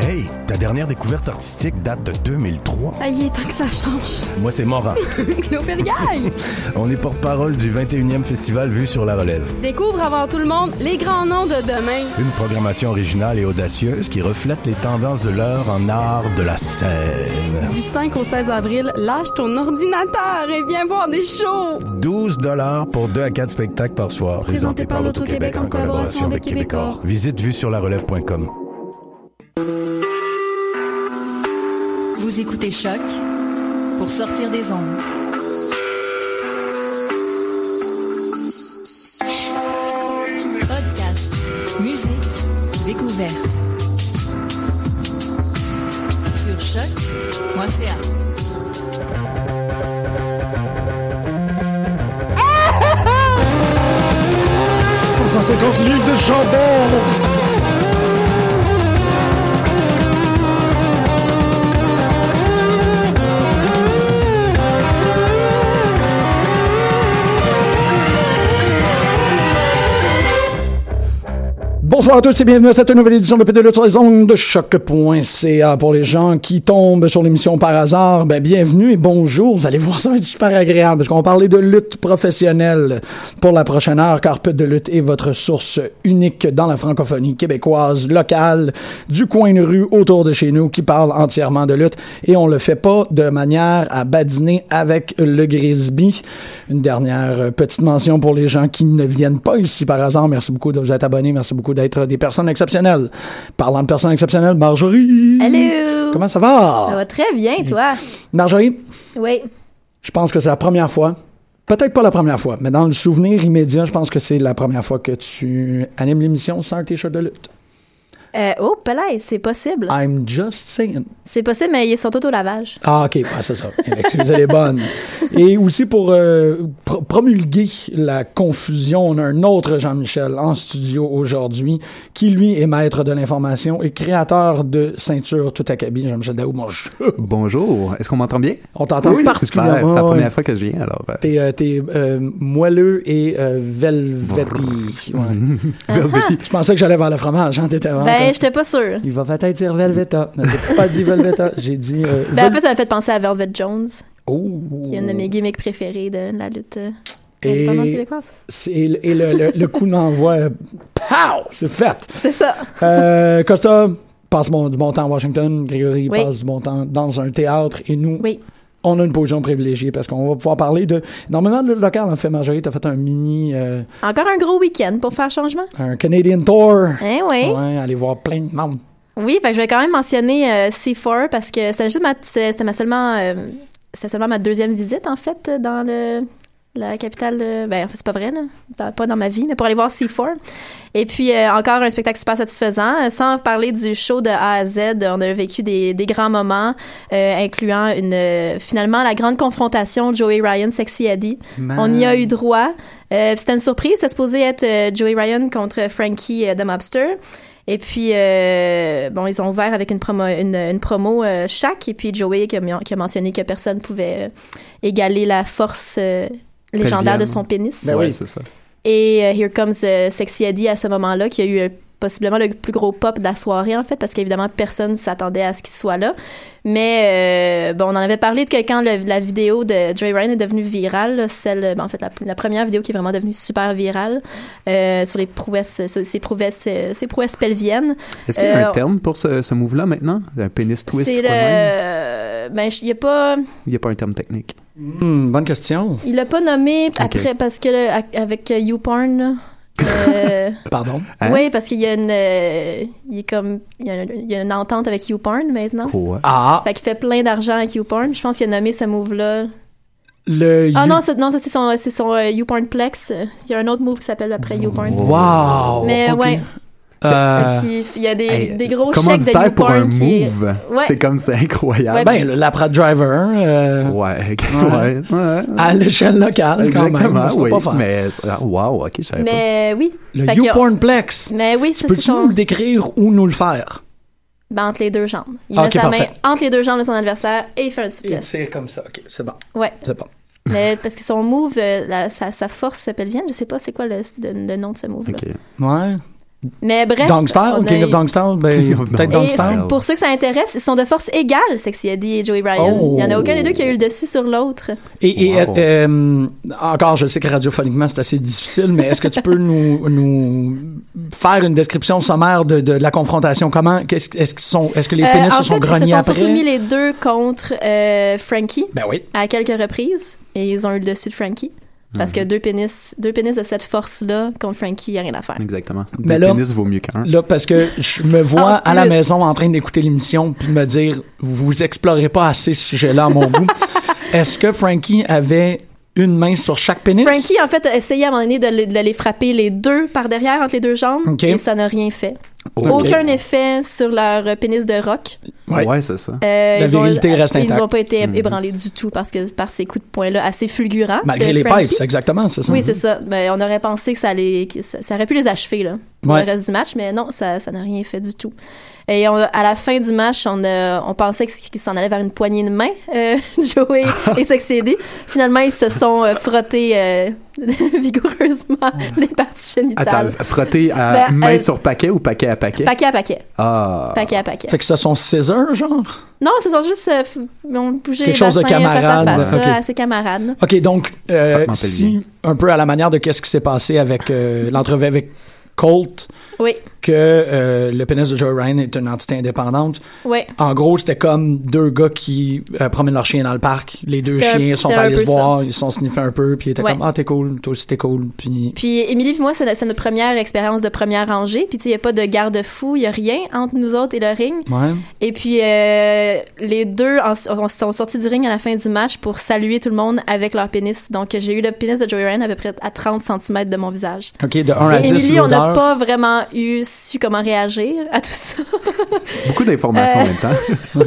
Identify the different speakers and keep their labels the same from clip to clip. Speaker 1: Hey, ta dernière découverte artistique date de 2003.
Speaker 2: Aïe, tant que ça change.
Speaker 1: Moi, c'est Morin.
Speaker 2: Clopériaille!
Speaker 1: On est porte-parole du 21e festival Vue sur la Relève.
Speaker 2: Découvre avant tout le monde les grands noms de demain.
Speaker 1: Une programmation originale et audacieuse qui reflète les tendances de l'heure en art de la scène.
Speaker 2: Du 5 au 16 avril, lâche ton ordinateur et viens voir des shows.
Speaker 1: 12 dollars pour 2 à 4 spectacles par soir.
Speaker 2: Présenté par l'Auto-Québec en collaboration avec Québecor.
Speaker 1: Visite vuesurlarelève.com.
Speaker 3: Vous écoutez Choc pour sortir des ondes. Podcast, musique, découverte. Sur choc.ca.
Speaker 4: livres de chambon. Bonsoir à tous et bienvenue à cette nouvelle édition de Pédale sur les ondes de choc.ca. Pour les gens qui tombent sur l'émission par hasard, ben bienvenue et bonjour. Vous allez voir, ça va être super agréable parce qu'on va parler de lutte professionnelle pour la prochaine heure, car Pute de lutte est votre source unique dans la francophonie québécoise locale du coin de rue autour de chez nous qui parle entièrement de lutte et on le fait pas de manière à badiner avec le Grisby. Une dernière petite mention pour les gens qui ne viennent pas ici par hasard. Merci beaucoup de vous être abonnés. Merci beaucoup d'être des personnes exceptionnelles. Parlant de personnes exceptionnelles, Marjorie.
Speaker 5: Hello!
Speaker 4: Comment ça va?
Speaker 5: Ça va très bien, toi?
Speaker 4: Marjorie,
Speaker 5: Oui.
Speaker 4: je pense que c'est la première fois. Peut-être pas la première fois, mais dans le souvenir immédiat, je pense que c'est la première fois que tu animes l'émission sans un t-shirt de lutte.
Speaker 5: Euh, oh, Pelay, c'est possible.
Speaker 4: I'm just saying.
Speaker 5: C'est possible, mais ils sont tous au lavage.
Speaker 4: Ah, OK, ouais, c'est ça. Excusez, elle est bonne. Et aussi pour euh, pro- promulguer la confusion, on a un autre Jean-Michel en studio aujourd'hui qui, lui, est maître de l'information et créateur de Ceinture Tout Acabit. Jean-Michel Daou, bonjour.
Speaker 6: Bonjour, est-ce qu'on m'entend bien?
Speaker 4: On t'entend particulièrement.
Speaker 6: super, c'est la
Speaker 4: ouais.
Speaker 6: première fois que je viens, alors. euh,
Speaker 4: T'es, euh, t'es, euh, moelleux et euh, velvety. Ouais.
Speaker 6: Velvety.
Speaker 4: Je pensais que j'allais vers le fromage, hein, t'étais avant.
Speaker 5: Ben, j'étais pas sûre.
Speaker 4: Il va peut-être dire Velveta. Mais J'ai pas dit Velveta, j'ai dit. euh,
Speaker 5: Ben, en
Speaker 4: vel-
Speaker 5: fait, ça m'a fait penser à Velvet Jones,
Speaker 4: Oh.
Speaker 5: qui est une de mes gimmicks préférées de la lutte euh,
Speaker 4: Et-
Speaker 5: indépendante québécoise.
Speaker 4: C'est- Et, le- et le, le- le coup d'envoi, euh, pow, c'est fait.
Speaker 5: C'est ça.
Speaker 4: Euh, Costa passe bon- du bon temps à Washington, Grégory
Speaker 5: Oui.
Speaker 4: passe du bon temps dans un théâtre et nous,
Speaker 5: Oui.
Speaker 4: on a une position privilégiée parce qu'on va pouvoir parler de. Normalement, le local en fait, Marjorie, t'as fait un mini, euh,
Speaker 5: Encore un gros week-end pour faire changement.
Speaker 4: un Canadian Tour.
Speaker 5: Hein, oui.
Speaker 4: Ouais, aller voir plein de monde.
Speaker 5: Oui, fait que je vais quand même mentionner euh, C4 parce que c'était juste ma, c'était c'était ma seulement, euh, c'était seulement ma deuxième visite en fait euh, dans le, la capitale. euh, ben en fait c'est pas vrai là, Dans- pas dans ma vie, mais pour aller voir C4. Et puis euh, encore un spectacle super satisfaisant. Euh, Sans parler du show de A à Z, on a vécu des, des grands moments, euh, incluant une euh, finalement la grande confrontation Joey Ryan Sexy Eddie. On y a eu droit. Euh, puis c'était une surprise. C'était supposé être euh, Joey Ryan contre Frankie euh, the Mobster. Et puis, euh, bon, ils ont ouvert avec une promo, une, une promo euh, chaque. Et puis, Joey qui a, men- qui a mentionné que personne pouvait euh, égaler la force euh, légendaire
Speaker 6: Pelvienne.
Speaker 5: de son pénis.
Speaker 4: Ben
Speaker 6: ouais,
Speaker 4: oui.
Speaker 6: c'est ça.
Speaker 5: Et euh, Here Comes euh, Sexy Eddie à ce moment-là, qui a eu euh, possiblement le plus gros pop de la soirée, en fait, parce qu'évidemment, personne ne s'attendait à ce qu'il soit là. Mais euh, bon, on en avait parlé de que quand le- la vidéo de Dre Ryan est devenue virale, là, celle, ben, en fait, la, la première vidéo qui est vraiment devenue super virale euh, sur les prouesses, sur ses prouesses, euh, ses prouesses pelviennes.
Speaker 6: Est-ce qu'il y a
Speaker 5: Euh,
Speaker 6: un terme pour ce, ce move-là maintenant? Un pénis twist?
Speaker 5: C'est
Speaker 6: pas de même?
Speaker 5: le. Ben, je- il a pas.
Speaker 6: Il n'y a pas un terme technique.
Speaker 4: Hmm, bonne question.
Speaker 5: Il l'a pas nommé après parce que là, a- avec euh, YouPorn. là, euh,
Speaker 4: Pardon.
Speaker 6: Hein?
Speaker 5: Oui, parce qu'il y a une, euh, il est comme, il y a, une- il y a une entente avec YouPorn maintenant.
Speaker 6: Quoi?
Speaker 4: Ah,
Speaker 5: Fait qu'il fait plein d'argent avec YouPorn. Je pense qu'il a nommé ce move-là.
Speaker 4: le.
Speaker 5: Ah
Speaker 4: you-
Speaker 5: non, ça, non, ça c'est son, euh, c'est son euh, YouPornplex. Il y a un autre move qui s'appelle après YouPorn.
Speaker 4: Wow.
Speaker 5: Mais
Speaker 4: OK.
Speaker 5: ouais.
Speaker 6: Euh,
Speaker 5: Puis, Il y a des,
Speaker 6: hey,
Speaker 5: des gros chèques de
Speaker 6: commanditaire pour un
Speaker 5: YouPorn qui.
Speaker 6: move.
Speaker 5: Ouais.
Speaker 6: C'est comme c'est incroyable.
Speaker 4: Ben, le Lapra Driver, euh,
Speaker 6: ouais, ok, ouais, ouais.
Speaker 4: à l'échelle locale, quand
Speaker 6: Exactement,
Speaker 4: même. c'est
Speaker 6: oui.
Speaker 4: pas faire.
Speaker 6: Mais, c'est- ah, wow, ok, je savais pas.
Speaker 5: Mais oui.
Speaker 4: Le
Speaker 5: Fait qu'il y a-
Speaker 4: YouPornplex.
Speaker 5: Mais oui, ça c'est
Speaker 4: Peux-tu
Speaker 5: son.
Speaker 4: nous le décrire ou nous le faire?
Speaker 5: Ben, entre les deux jambes. Il
Speaker 4: Ah,
Speaker 5: met
Speaker 4: ok,
Speaker 5: sa
Speaker 4: parfait.
Speaker 5: main entre les deux jambes de son adversaire et il fait un suplex.
Speaker 4: C'est comme ça, ok, c'est bon,
Speaker 5: Ouais.
Speaker 4: c'est bon.
Speaker 5: Mais parce que son move, euh, la- sa, sa force s'appelle Vienne. Je sais pas c'est quoi le, le- le nom de ce move.
Speaker 6: Ok.
Speaker 4: Ouais.
Speaker 5: Mais bref.
Speaker 4: Donkstyle,
Speaker 5: on a
Speaker 4: King of
Speaker 5: eu-
Speaker 4: Donkstyle, ben,
Speaker 6: King of
Speaker 4: peut-être
Speaker 5: Et
Speaker 6: Donkstyle.
Speaker 4: Donkstyle.
Speaker 5: c'est- pour ceux que ça intéresse, ils sont de force égale, Sexy Eddie et Joey Ryan.
Speaker 4: Oh.
Speaker 5: Il y en a aucun des deux qui a eu le dessus sur l'autre.
Speaker 4: Et, et,
Speaker 6: Wow.
Speaker 4: euh, euh, encore, je sais que radiophoniquement, c'est assez difficile, mais est-ce que tu peux nous, nous faire une description sommaire de, de la confrontation? Comment, qu'est-ce, est-ce qu'ils sont, est-ce que les
Speaker 5: Euh,
Speaker 4: pénis
Speaker 5: en
Speaker 4: se sont
Speaker 5: fait, ils se
Speaker 4: grognés
Speaker 5: sont
Speaker 4: après?
Speaker 5: surtout mis les deux contre euh, Frankie
Speaker 4: Ben oui.
Speaker 5: à quelques reprises et ils ont eu le dessus de Frankie. Parce
Speaker 4: Mhm.
Speaker 5: que deux pénis, deux pénis de cette force-là contre Frankie, il n'y a rien à faire.
Speaker 6: Exactement.
Speaker 4: Mais
Speaker 6: Deux
Speaker 4: là-
Speaker 6: pénis vaut mieux qu'un.
Speaker 4: Là, parce que je me vois
Speaker 5: Ah,
Speaker 4: à la
Speaker 5: plus.
Speaker 4: maison en train d'écouter l'émission puis de me dire, vous explorez pas assez ce sujet-là à mon goût. Est-ce que Frankie avait une main sur chaque pénis?
Speaker 5: Frankie, en fait, a essayé à un moment donné de, le- de les frapper les deux par derrière entre les deux jambes
Speaker 4: Ok.
Speaker 5: et ça n'a rien fait.
Speaker 6: Ok.
Speaker 5: Aucun effet sur leur euh, pénis de rock.
Speaker 4: Ouais.
Speaker 6: Ouais, c'est ça.
Speaker 5: Euh,
Speaker 4: La
Speaker 5: ils ont-
Speaker 4: virilité reste
Speaker 5: Ils
Speaker 4: intacte. Mm-hmm.
Speaker 5: n'ont pas été ébranlés du tout parce que, par ces coups de poing-là assez fulgurants.
Speaker 4: Malgré
Speaker 5: de
Speaker 4: les
Speaker 5: Euh, Frankie.
Speaker 4: pipes, c'est exactement, c'est ça? Mm-hmm.
Speaker 5: Oui, c'est ça. Mais on aurait pensé que ça allait, que ça, ça aurait pu les achever là, pour
Speaker 4: Ouais.
Speaker 5: le reste du match, mais non, ça, ça n'a rien fait du tout. Et on- à la fin du match, on, a- on pensait que- qu'ils s'en allaient vers une poignée de main, euh, Joey et Sexy Eddie. Finalement, ils se sont euh, frottés euh, vigoureusement les parties
Speaker 6: Attends,
Speaker 5: génitales.
Speaker 6: frotter à
Speaker 5: Ben,
Speaker 6: main
Speaker 5: euh,
Speaker 6: sur paquet ou paquet à paquet?
Speaker 5: Paquet à paquet,
Speaker 6: Ah.
Speaker 5: paquet à paquet.
Speaker 4: Fait que ce sont scissors, genre?
Speaker 5: Non, ce sont juste euh, f- ils ont bougé
Speaker 4: Quelque
Speaker 5: les
Speaker 4: chose de
Speaker 5: bassins
Speaker 4: camarade.
Speaker 5: face à face
Speaker 4: Ouais.
Speaker 5: euh,
Speaker 4: Ok.
Speaker 5: à ses camarades.
Speaker 4: OK, donc, euh,
Speaker 6: Frottement pelvien.
Speaker 4: si, un peu à la manière de qu'est-ce qui s'est passé avec euh, l'entrevue avec Colt,
Speaker 5: Oui,
Speaker 4: que euh, le pénis de Joe Ryan est une entité indépendante.
Speaker 5: oui.
Speaker 4: En gros, c'était comme deux gars qui euh, promènent leur chien dans le parc. Les deux
Speaker 5: C'était un-
Speaker 4: chiens sont
Speaker 5: c'était un
Speaker 4: allés se
Speaker 5: peu ça.
Speaker 4: voir, ils se sont sniffés un peu, puis ils étaient
Speaker 5: Ouais.
Speaker 4: comme « Ah, t'es cool, toi aussi t'es cool. » Puis
Speaker 5: Puis Émilie puis moi, c'est c'est notre première expérience de première rangée. Puis tu sais, il n'y a pas de garde-fou, il n'y a rien entre nous autres et le ring.
Speaker 4: Ouais.
Speaker 5: Et puis euh, les deux en- en- sont sortis du ring à la fin du match pour saluer tout le monde avec leur pénis. Donc j'ai eu le pénis de Joey Ryan à peu près à 30 cm de mon visage.
Speaker 4: OK, de 1 à
Speaker 5: Et
Speaker 4: 10,
Speaker 5: Émilie, on n'a
Speaker 4: l'odeur.
Speaker 5: pas vraiment eu su comment réagir à tout ça.
Speaker 6: Beaucoup
Speaker 5: euh,
Speaker 6: d'informations en même temps.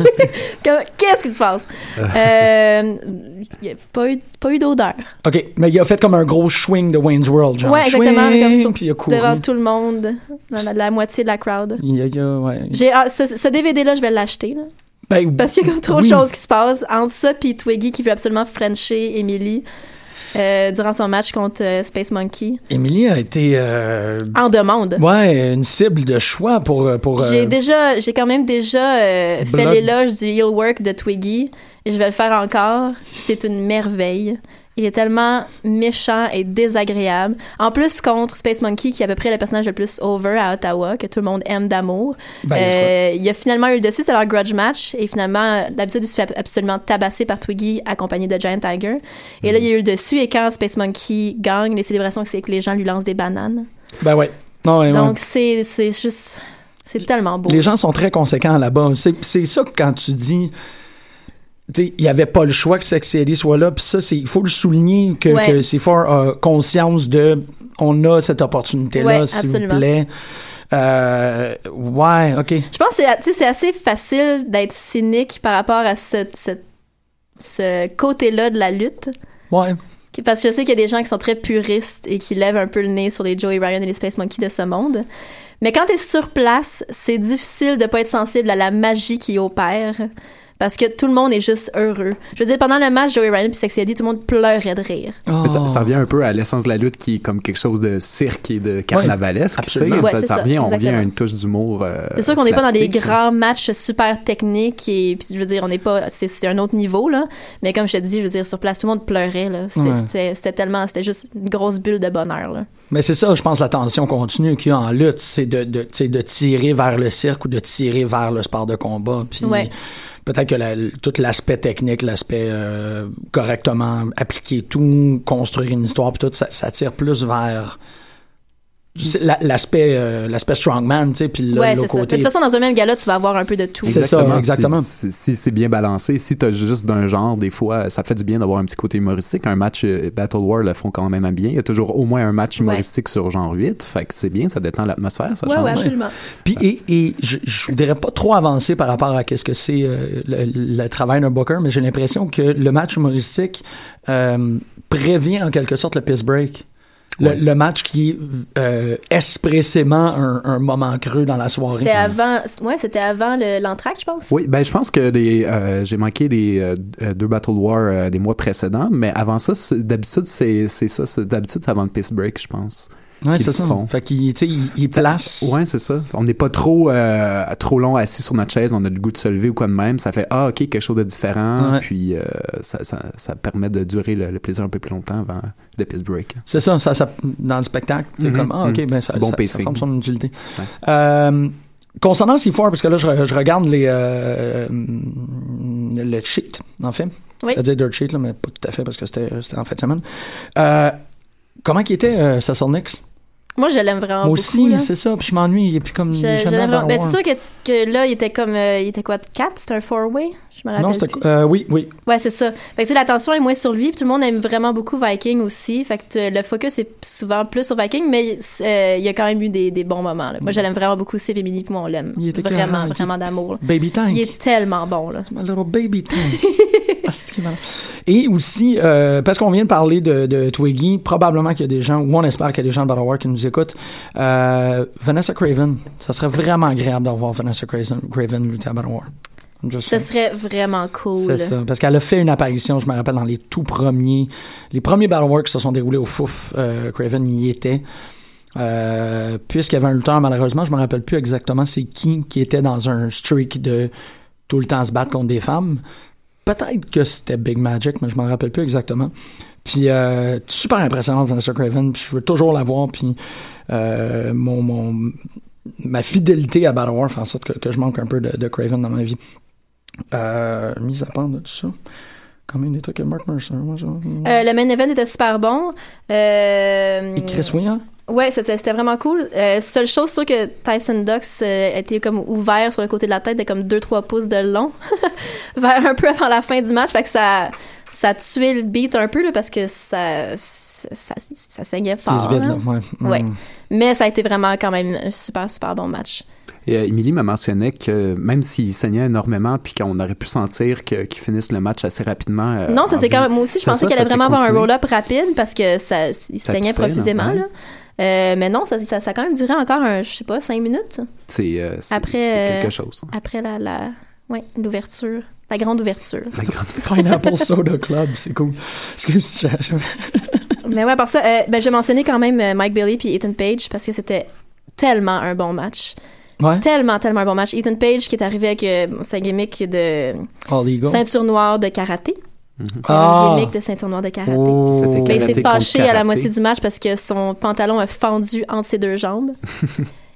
Speaker 5: Comme, Qu'est-ce qui se passe? Euh, Il n'y a pas eu, pas eu d'odeur.
Speaker 4: OK, mais il a fait comme un gros swing de Wayne's World, genre
Speaker 5: Ouais, exactement.
Speaker 4: swing,
Speaker 5: comme sur-
Speaker 4: puis il a couru.
Speaker 5: devant tout le monde, dans la, la moitié de la crowd.
Speaker 4: Il y a- il y a- ouais.
Speaker 5: J'ai ah, ce, ce DVD là, je vais l'acheter là.
Speaker 4: Ben,
Speaker 5: parce qu'il y a comme trop de
Speaker 4: oui.
Speaker 5: choses qui se passent entre ça puis Twiggy qui veut absolument frencher Emily euh, durant son match contre euh, Space Monkey
Speaker 4: Émilie Ben, a été... euh,
Speaker 5: en demande.
Speaker 4: Ouais, une cible de choix pour euh, pour. euh,
Speaker 5: J'ai déjà j'ai quand même déjà euh, fait
Speaker 4: Blood.
Speaker 5: l'éloge du heel work de Twiggy et je vais le faire encore. C'est une merveille. Il est tellement méchant et désagréable. En plus contre Space Monkey qui est à peu près le personnage le plus over à Ottawa que tout le monde aime d'amour.
Speaker 4: ben,
Speaker 5: Euh, il a finalement eu le dessus, c'est leur grudge match. Et finalement, euh, d'habitude, il se fait ab- absolument tabasser par Twiggy accompagné de Giant Tiger. Et
Speaker 4: Mm.
Speaker 5: là, il a eu le dessus. Et quand Space Monkey gagne, les célébrations, c'est que les gens lui lancent des bananes.
Speaker 4: ben ouais. Non, ouais, ouais.
Speaker 5: Donc, c'est c'est juste. C'est tellement beau.
Speaker 4: les gens sont très conséquents là-bas. C'est c'est ça que quand tu dis. tu sais, Il n'y avait pas le choix que Sexy Eddie soit là. Puis ça, c'est- il faut le souligner que,
Speaker 5: Ouais.
Speaker 4: que C4 a conscience de on a cette opportunité-là,
Speaker 5: Ouais,
Speaker 4: s'il vous
Speaker 5: absolument.
Speaker 4: plaît. Euh, ouais, OK.
Speaker 5: Je pense que c'est, tu sais, c'est assez facile d'être cynique par rapport à ce, ce, ce côté-là de la lutte.
Speaker 4: Ouais.
Speaker 5: Qui- Parce que je sais qu'il y a des gens qui sont très puristes et qui lèvent un peu le nez sur les Joey Ryan et les Space Monkey de ce monde. Mais quand t'es sur place, c'est difficile de pas être sensible à la magie qui opère. Parce que tout le monde est juste heureux. Je veux dire, pendant le match, Joey Ryan puis Sexy Eddie, tout le monde pleurait de rire.
Speaker 4: Oh.
Speaker 6: Ça, ça revient un peu à l'essence de la lutte qui est comme quelque chose de cirque et de carnavalesque. tu sais.
Speaker 4: absolument.
Speaker 5: Ouais,
Speaker 6: ça,
Speaker 5: c'est
Speaker 6: ça
Speaker 5: ça,
Speaker 6: revient, on revient
Speaker 5: exactement.
Speaker 6: à une touche d'humour. euh,
Speaker 5: C'est sûr qu'on n'est pas dans des
Speaker 6: slapstick, là.
Speaker 5: grands matchs super techniques et puis je veux dire on n'est pas c'est c'est un autre niveau là mais comme je te dis je veux dire sur place tout le monde pleurait là C'était-
Speaker 4: Ouais.
Speaker 5: c'était c'était tellement c'était juste une grosse bulle de bonheur là
Speaker 4: Mais c'est ça, je pense, la tension continue qu'il y a en lutte, c'est de, de, tu sais, de tirer vers le cirque ou de tirer vers le sport de combat. Puis
Speaker 5: Ouais.
Speaker 4: peut-être que la- tout l'aspect technique, l'aspect euh, correctement appliquer tout, construire une histoire, puis tout, ça, ça tire plus vers c'est la- l'aspect euh, l'aspect strongman, tu sais, puis le,
Speaker 5: Mm. ouais,
Speaker 4: le
Speaker 5: c'est ça. Mais De
Speaker 4: côté.
Speaker 5: toute façon, dans un même gala, tu vas avoir un peu de tout.
Speaker 4: C'est ça,
Speaker 6: Exactement.
Speaker 4: exactement.
Speaker 6: Si, si- si c'est bien balancé, si t'as juste d'un genre, des fois, ça fait du bien d'avoir un petit côté humoristique. Un match euh, Battle War le font quand même bien. Il y a toujours au moins un match humoristique sur genre 8. Fait que c'est bien, ça détend l'atmosphère, ça
Speaker 5: Ouais,
Speaker 6: change.
Speaker 5: ouais, absolument.
Speaker 4: Puis, et, et je, je voudrais pas trop avancer par rapport à qu'est-ce que c'est euh, le, le travail d'un booker, mais j'ai l'impression que le match humoristique euh, prévient en quelque sorte le piss break. Le,
Speaker 6: Ouais.
Speaker 4: le match qui est euh, expressément un, un moment creux dans la soirée.
Speaker 5: C'était avant, ouais, c'était avant le- l'entracte, je pense.
Speaker 6: Oui, ben je pense que les, euh, j'ai manqué les euh, euh, deux Battle War euh, des mois précédents, mais avant ça, c'est- d'habitude c'est c'est ça, c'est- d'habitude c'est avant le piss break, je pense.
Speaker 4: Ouais,
Speaker 6: qu'ils
Speaker 4: c'est ça.
Speaker 6: font.
Speaker 4: Fait qu'il, tu sais, il, il place.
Speaker 6: Ouais, c'est ça. On n'est pas trop euh, trop long assis sur notre chaise, on a le goût de se lever ou quoi de même. Ça fait ah ok quelque chose de différent,
Speaker 4: Ouais.
Speaker 6: puis euh, ça, ça, ça permet de durer le, le plaisir un peu plus longtemps avant le piss break.
Speaker 4: C'est ça, ça, ça- dans le spectacle. C'est
Speaker 6: Mhm,
Speaker 4: comme, ah, ok,
Speaker 6: mhm.
Speaker 4: ben, ça,
Speaker 6: Bon
Speaker 4: ça,
Speaker 6: pacing.
Speaker 4: ça forme son utilité.
Speaker 6: Ouais.
Speaker 4: Euh, concernant C4, parce que là, je, re- je regarde les, euh, hum, le sheet, en fait.
Speaker 5: Oui.
Speaker 4: Je vais dire dirt sheet, là, mais pas tout à fait, parce que c'était c'était en fin de semaine. Euh, comment qu'il était, euh, Sassornix?
Speaker 5: Moi, je l'aime vraiment
Speaker 4: Moi
Speaker 5: Ah, beaucoup. là.
Speaker 4: aussi, c'est ça, puis je m'ennuie, il est plus comme...
Speaker 5: Je-
Speaker 4: jamais
Speaker 5: je l'aime vraiment-
Speaker 4: Battle
Speaker 5: ben,
Speaker 4: War.
Speaker 5: c'est sûr que, que là, il était comme. euh, il était quoi, 4 C'était un four-way Je me rappelle.
Speaker 4: Non, c'était...
Speaker 5: plus.
Speaker 4: euh, oui, oui.
Speaker 5: Ouais, c'est ça. Fait que c'est l'attention est moins sur lui, puis tout le monde aime vraiment beaucoup Viking aussi. Fait que euh, le focus est souvent plus sur Viking, mais euh, il y a quand même eu des, des bons moments. là. Moi, je l'aime vraiment beaucoup, Steve et Mini, puis moi, on l'aime.
Speaker 4: Il était
Speaker 5: Vraiment,
Speaker 4: carré, il-
Speaker 5: vraiment d'amour. là.
Speaker 4: Baby Tank.
Speaker 5: Il est tellement bon, là.
Speaker 4: My little baby tank. Ah, c'est qui est malade. Et aussi, euh, parce qu'on vient de parler de, de Twiggy, probablement qu'il y a des gens, ou on espère qu'il y a des gens de Battle War qui nous écoutent. Euh, Vanessa Craven, ça serait vraiment agréable d'avoir Vanessa Craven, Craven lutter à Battle War. I'm just
Speaker 5: Ce
Speaker 4: saying.
Speaker 5: serait vraiment cool.
Speaker 4: C'est ça, parce qu'elle a fait une apparition, je me rappelle, dans les tout premiers, les premiers Battle War qui se sont déroulés au Fouf. euh, Craven y était. Euh, Puisqu'il y avait un lutteur, malheureusement, je me rappelle plus exactement c'est qui qui était dans un streak de tout le temps se battre contre des femmes. Peut-être que c'était Big Magic, mais je m'en rappelle plus exactement. Puis euh, super impressionnante Vanessa Craven, puis je veux toujours la voir, puis euh, mon, mon- ma fidélité à Battle War fait en sorte que, que je manque un peu de, de Craven dans ma vie. Euh, mis à part de tout ça, quand même des trucs avec Mark Mercer, moi ça.
Speaker 5: Euh, le main event était super bon. Euh,
Speaker 4: Et Chris Weah?
Speaker 5: Ouais, c'était c'était vraiment cool. Euh, seule chose, c'est sûr que Tyson Dox euh, était comme ouvert sur le côté de la tête de comme 2-3 pouces de long, vers un peu avant la fin du match. Fait que ça, ça tuait le beat un peu, là, parce que ça, ça, ça, ça saignait
Speaker 4: Il se
Speaker 5: fort.
Speaker 4: vide,
Speaker 5: là.
Speaker 4: là, ouais.
Speaker 5: Ouais.
Speaker 4: Mm.
Speaker 5: Mais ça a été vraiment quand même un super, super bon match.
Speaker 6: Et euh, Emily me mentionnait que même s'il saignait énormément, puis qu'on aurait pu sentir que- qu'ils finissent le match assez rapidement. euh,
Speaker 5: non, ça
Speaker 6: en
Speaker 5: c'est
Speaker 6: vue-
Speaker 5: quand même. Moi aussi, je
Speaker 6: C'est
Speaker 5: pensais
Speaker 6: ça,
Speaker 5: qu'elle
Speaker 6: ça
Speaker 5: allait vraiment
Speaker 6: s'est
Speaker 5: avoir un
Speaker 6: continué.
Speaker 5: roll-up rapide parce que ça, il
Speaker 6: Ça
Speaker 5: saignait
Speaker 6: poussait, là,
Speaker 5: profusément,
Speaker 6: ouais.
Speaker 5: là. Euh, mais non, ça, ça, ça a quand même duré encore, un, je sais pas, 5 minutes
Speaker 6: C'est euh, c'est-
Speaker 5: Après,
Speaker 6: c'est
Speaker 5: euh,
Speaker 6: quelque chose. hein.
Speaker 5: après la, la, ouais, l'ouverture, la grande ouverture.
Speaker 6: La grande-
Speaker 4: Pineapple Soda Club, c'est cool. Excuse, je- je-
Speaker 5: Mais ouais, par ça, euh, ben, je mentionnais quand même euh, Mike Bailey puis Ethan Page parce que c'était tellement un bon match.
Speaker 4: Ouais,
Speaker 5: Tellement, tellement un bon match. Ethan Page qui est arrivé avec euh, sa gimmick de
Speaker 4: All Eagle.
Speaker 5: ceinture noire de karaté. Une gimmick de ceinture noire de karaté.
Speaker 4: Ah! Oh.
Speaker 5: Ben, il
Speaker 6: Karaté
Speaker 5: s'est
Speaker 6: contre
Speaker 5: fâché à la
Speaker 6: karaté.
Speaker 5: moitié du match parce que son pantalon a fendu entre ses deux jambes.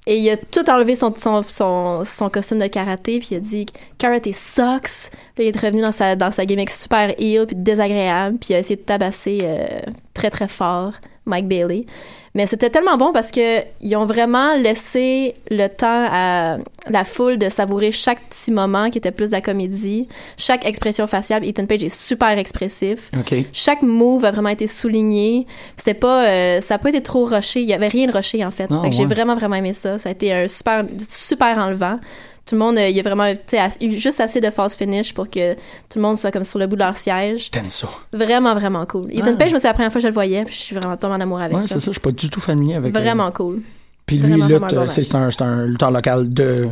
Speaker 5: Et il a tout enlevé son, son, son, son costume de karaté, puis il a dit karaté sucks. Là, il est revenu dans sa, dans sa gimmick super heel, puis désagréable, puis il a essayé de tabasser euh, très très fort Mike Bailey. Mais c'était tellement bon parce que ils ont vraiment laissé le temps à la foule de savourer chaque petit moment qui était plus de la comédie, chaque expression faciale. Ethan Page est super expressif
Speaker 4: OK.
Speaker 5: chaque move a vraiment été souligné. C'était pas, euh, ça n'a pas été trop rushé. Il y avait rien de rushé en fait.
Speaker 4: Ah,
Speaker 5: Fait que J'ai
Speaker 4: ouais.
Speaker 5: vraiment vraiment aimé ça. Ça a été un super super enlevant. Tout le monde, euh, il y a vraiment tu sais, as- eu juste assez de fast finish pour que tout le monde soit comme sur le bout de leur siège.
Speaker 4: T'aimes ça.
Speaker 5: Vraiment vraiment cool. Ethan
Speaker 4: Ah.
Speaker 5: Page, moi c'est la première fois que je le voyais, puis je suis vraiment tombée en amour avec.
Speaker 4: Ouais,
Speaker 5: là.
Speaker 4: c'est ça, je suis pas du tout familier avec. euh,
Speaker 5: Vraiment cool.
Speaker 4: Puis lui,
Speaker 5: vraiment,
Speaker 4: il
Speaker 5: vraiment
Speaker 4: lutte,
Speaker 5: un bon
Speaker 4: euh, c'est c'est un, c'est un lutteur local de.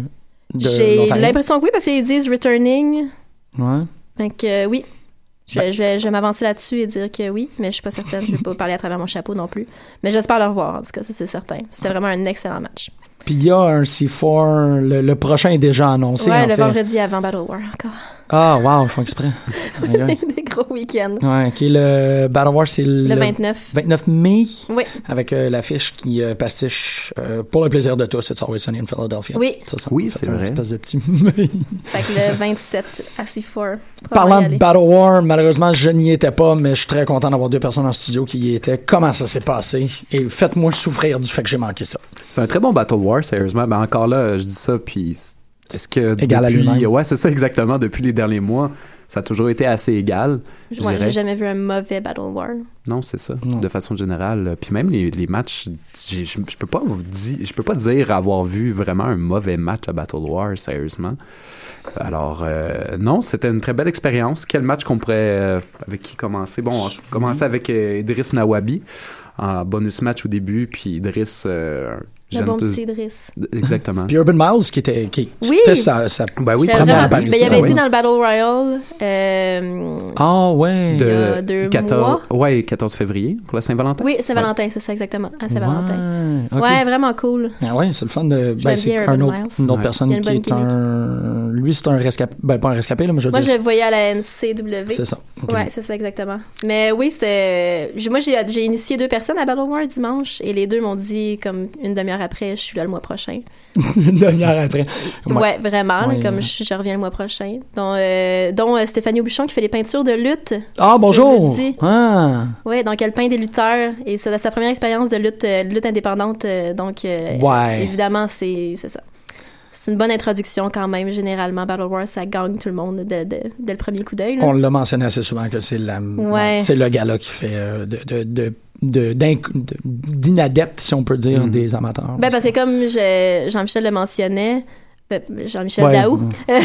Speaker 4: de
Speaker 5: J'ai
Speaker 4: l'Ontario.
Speaker 5: l'impression que oui parce qu'ils disent returning.
Speaker 4: Ouais.
Speaker 5: Fait que euh, oui. Je
Speaker 4: Bah.
Speaker 5: vais, je vais- je vais m'avancer là-dessus et dire que oui, mais je suis pas certaine. Je vais pas parler à travers mon chapeau non plus. Mais j'espère le revoir, en tout cas, ça c'est certain. C'était vraiment un excellent match.
Speaker 4: Puis il y a un C4, le, le prochain est déjà annoncé.
Speaker 5: ouais,
Speaker 4: en
Speaker 5: le
Speaker 4: fait.
Speaker 5: vendredi avant Battle War encore.
Speaker 4: Ah, wow, ils font exprès. Aïe, aïe.
Speaker 5: des gros week-ends.
Speaker 4: ouais, ok, le Battle War, c'est le,
Speaker 5: Le 29.
Speaker 4: 29 mai,
Speaker 5: Oui.
Speaker 4: avec euh, l'affiche qui euh, pastiche euh, pour le plaisir de tous, It's Always Sunny in Philadelphia.
Speaker 5: Oui.
Speaker 4: Ça, ça-
Speaker 6: Oui,
Speaker 4: ça
Speaker 6: c'est
Speaker 4: fait un
Speaker 6: vrai.
Speaker 4: espèce de petit...
Speaker 5: Fait que le 27 à C4.
Speaker 4: Parlant de Battle War, malheureusement, je n'y étais pas, mais je suis très content d'avoir deux personnes en studio qui y étaient. Comment ça s'est passé? Et faites-moi souffrir du fait que j'ai manqué ça.
Speaker 6: C'est un très bon Battle War, sérieusement. Mais encore là, euh, je dis ça, puis c- est-ce que
Speaker 4: Égal à
Speaker 6: depuis...
Speaker 4: lui-même.
Speaker 6: Ouais, c'est ça exactement. Depuis les derniers mois, ça a toujours été assez égal. Je
Speaker 5: Ouais,
Speaker 6: dirais.
Speaker 5: j'ai jamais vu un mauvais Battle War.
Speaker 6: Non, c'est ça.
Speaker 4: Non.
Speaker 6: De façon générale, euh, puis même les, les matchs, j'ai- je je peux pas vous dire, je peux pas dire avoir vu vraiment un mauvais match à Battle War, sérieusement. Alors euh, non, c'était une très belle expérience. Quel match qu'on pourrait euh, avec qui commencer Bon, on va commencer avec euh, Idriss Nawabi en bonus match au début, puis Idriss. euh,
Speaker 5: Le
Speaker 6: j'aime
Speaker 5: bon
Speaker 6: tout-
Speaker 5: petit Idriss.
Speaker 6: Exactement.
Speaker 4: Puis Urban Miles, qui, était, qui qui
Speaker 5: Oui.
Speaker 4: fait sa... sa-
Speaker 6: Ben oui,
Speaker 5: J'avais
Speaker 4: première
Speaker 5: vraiment-
Speaker 4: apparition,
Speaker 5: ben, il avait
Speaker 4: ah oui.
Speaker 5: été dans le Battle Royale. Euh,
Speaker 4: Ah ouais!
Speaker 5: il y a deux
Speaker 6: ouais, 14 février pour la Saint-Valentin.
Speaker 5: Oui, Saint-Valentin, c'est ça exactement. À Saint-Valentin.
Speaker 4: Ouais, ok.
Speaker 5: Ouais, vraiment cool.
Speaker 4: Ah ouais, c'est le fun de...
Speaker 5: J'aime
Speaker 4: c'est
Speaker 5: bien
Speaker 4: un
Speaker 5: Urban
Speaker 4: autre,
Speaker 5: Miles.
Speaker 4: une autre
Speaker 6: Ouais.
Speaker 4: personne
Speaker 5: Il y a
Speaker 4: qui
Speaker 5: une
Speaker 4: est
Speaker 5: bonne
Speaker 4: un... Lui, c'est un rescapé... Ben, pas un rescapé, là, mais je veux
Speaker 5: Moi, je
Speaker 4: dire...
Speaker 5: le voyais à la NCW.
Speaker 4: C'est ça. Ok.
Speaker 5: Ouais, c'est ça, exactement. Mais oui, c'est. j'ai- Moi, j'ai j'ai initié deux personnes à Battle War dimanche et les deux m'ont dit, comme une demi-heure après, je suis là le mois prochain.
Speaker 4: une demi-heure après.
Speaker 5: Ouais, vraiment, là,
Speaker 4: Ouais,
Speaker 5: comme
Speaker 4: ouais.
Speaker 5: je, je reviens le mois prochain. Dont, euh, dont euh, Stéphanie Aubuchon qui fait les peintures de lutte.
Speaker 4: Ah,
Speaker 5: C'est
Speaker 4: bonjour!
Speaker 5: lundi.
Speaker 4: Ah!
Speaker 5: Ouais, donc elle peint des lutteurs et c'est sa première expérience de lutte, euh, de lutte indépendante. euh, donc, euh,
Speaker 4: Ouais.
Speaker 5: évidemment, c'est c'est ça. C'est une bonne introduction quand même. Généralement, Battle War, ça gagne tout le monde dès, dès- dès le premier coup d'œil. là.
Speaker 4: On l'a mentionné assez souvent que c'est la,
Speaker 5: Ouais.
Speaker 4: c'est le gars-là qui fait euh, de, de, de, de- d'inc- de- d'inadeptes, si on peut dire,
Speaker 6: Mhm.
Speaker 4: des amateurs.
Speaker 5: Ben, parce que comme je- Jean-Michel le mentionnait, ben, Jean-Michel
Speaker 4: Ouais.
Speaker 5: Daou,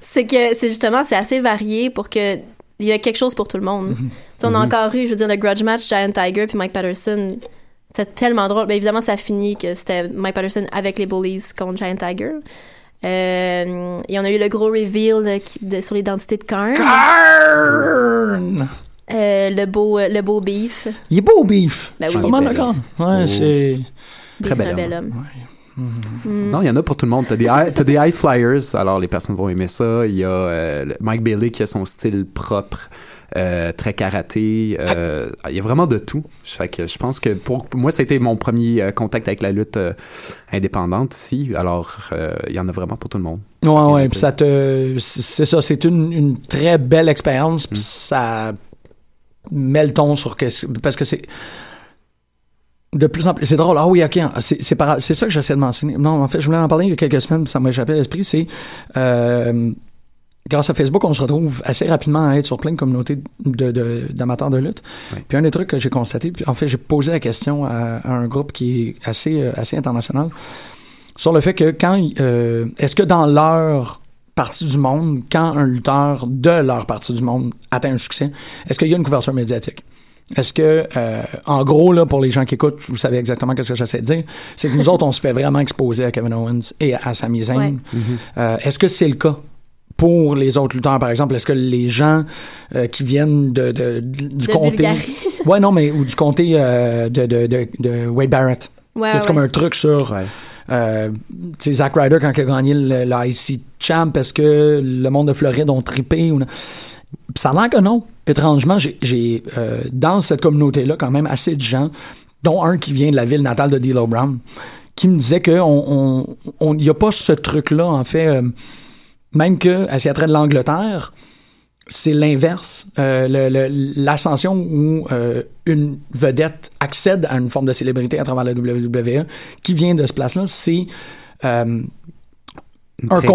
Speaker 5: c'est que c'est justement, c'est assez varié pour que il y a quelque chose pour tout le monde. Tu sais, on a encore eu, je veux dire, le grudge match Giant Tiger puis Mike Patterson. C'était tellement drôle. Ben, évidemment, ça a fini que c'était Mike Patterson avec les Bullies contre Giant Tiger. Euh, et on a eu le gros reveal de- qui- de- sur l'identité de Karn.
Speaker 4: Burn!
Speaker 5: Euh, le, beau, le beau beef.
Speaker 4: Il est beau, Beef!
Speaker 5: Ben
Speaker 4: Je suis
Speaker 5: oui,
Speaker 4: vraiment
Speaker 6: il est beau,
Speaker 4: d'accord. Ouais,
Speaker 6: Oh.
Speaker 4: c'est...
Speaker 5: Beef,
Speaker 6: bel
Speaker 5: c'est un
Speaker 6: homme.
Speaker 5: bel homme.
Speaker 6: Non, il y en a pour tout le monde. T'as des, high- t'as des high flyers, alors les personnes vont aimer ça. Il y a euh, le- Mike Bailey qui a son style propre, euh, très karaté. euh, il y a vraiment de tout. Fait que je pense que pour moi, ça a été mon premier euh, contact avec la lutte euh, indépendante ici. Alors, euh, il y en a vraiment pour tout le monde.
Speaker 4: Ouais,
Speaker 6: Et
Speaker 4: ouais, puis ça te... C'est c'est ça, c'est une, une très belle expérience, puis ça met le ton sur... Que, parce que c'est... De plus en plus... C'est drôle. Ah oui, OK. C'est c'est par- c'est ça que j'essaie de mentionner. Non, en fait, je voulais en parler il y a quelques semaines, puis ça m'a échappé à l'esprit. C'est... euh, grâce à Facebook, on se retrouve assez rapidement à être sur plein de communautés de- de- d'amateurs de, lutte.
Speaker 6: Oui.
Speaker 4: Puis un des trucs que j'ai constaté, puis en fait, j'ai posé la question à, à un groupe qui est assez, euh, assez international sur le fait que quand... il- euh, Est-ce que dans leur partie du monde, quand un lutteur de leur partie du monde atteint un succès, est-ce qu'il y a une couverture médiatique? Est-ce que, euh, en gros, là, pour les gens qui écoutent, vous savez exactement ce que j'essaie de dire, c'est que nous autres, on se fait vraiment exposer à Kevin Owens et à Sami Zayn.
Speaker 5: Ouais.
Speaker 4: Euh, est-ce que c'est le cas pour les autres lutteurs, par exemple? Est-ce que les gens euh, qui viennent de, de- du
Speaker 5: De
Speaker 4: comté...
Speaker 5: Bulgarie.
Speaker 4: ouais, non, mais ou du comté euh, de, de, de, de Wade Barrett.
Speaker 5: Ouais,
Speaker 4: Il y a
Speaker 5: ouais.
Speaker 4: comme un truc sur... Euh, tu sais, Zack Ryder, quand il a gagné le- l'IC Champ, est-ce que le monde de Floride ont trippé ou non? Puis Ça a l'air que non. Étrangement, j'ai- j'ai euh, dans cette communauté-là quand même assez de gens, dont un qui vient de la ville natale de D'Lo Brown, qui me disait qu'il on, on, n'y a pas ce truc-là, en fait, euh, même que, à ce qui a trait de l'Angleterre, c'est l'inverse. Euh, le- le- L'ascension où euh, une vedette accède à une forme de célébrité à travers la WWE, qui vient de ce place-là, c'est euh,
Speaker 6: Une
Speaker 4: un
Speaker 6: traîtrise,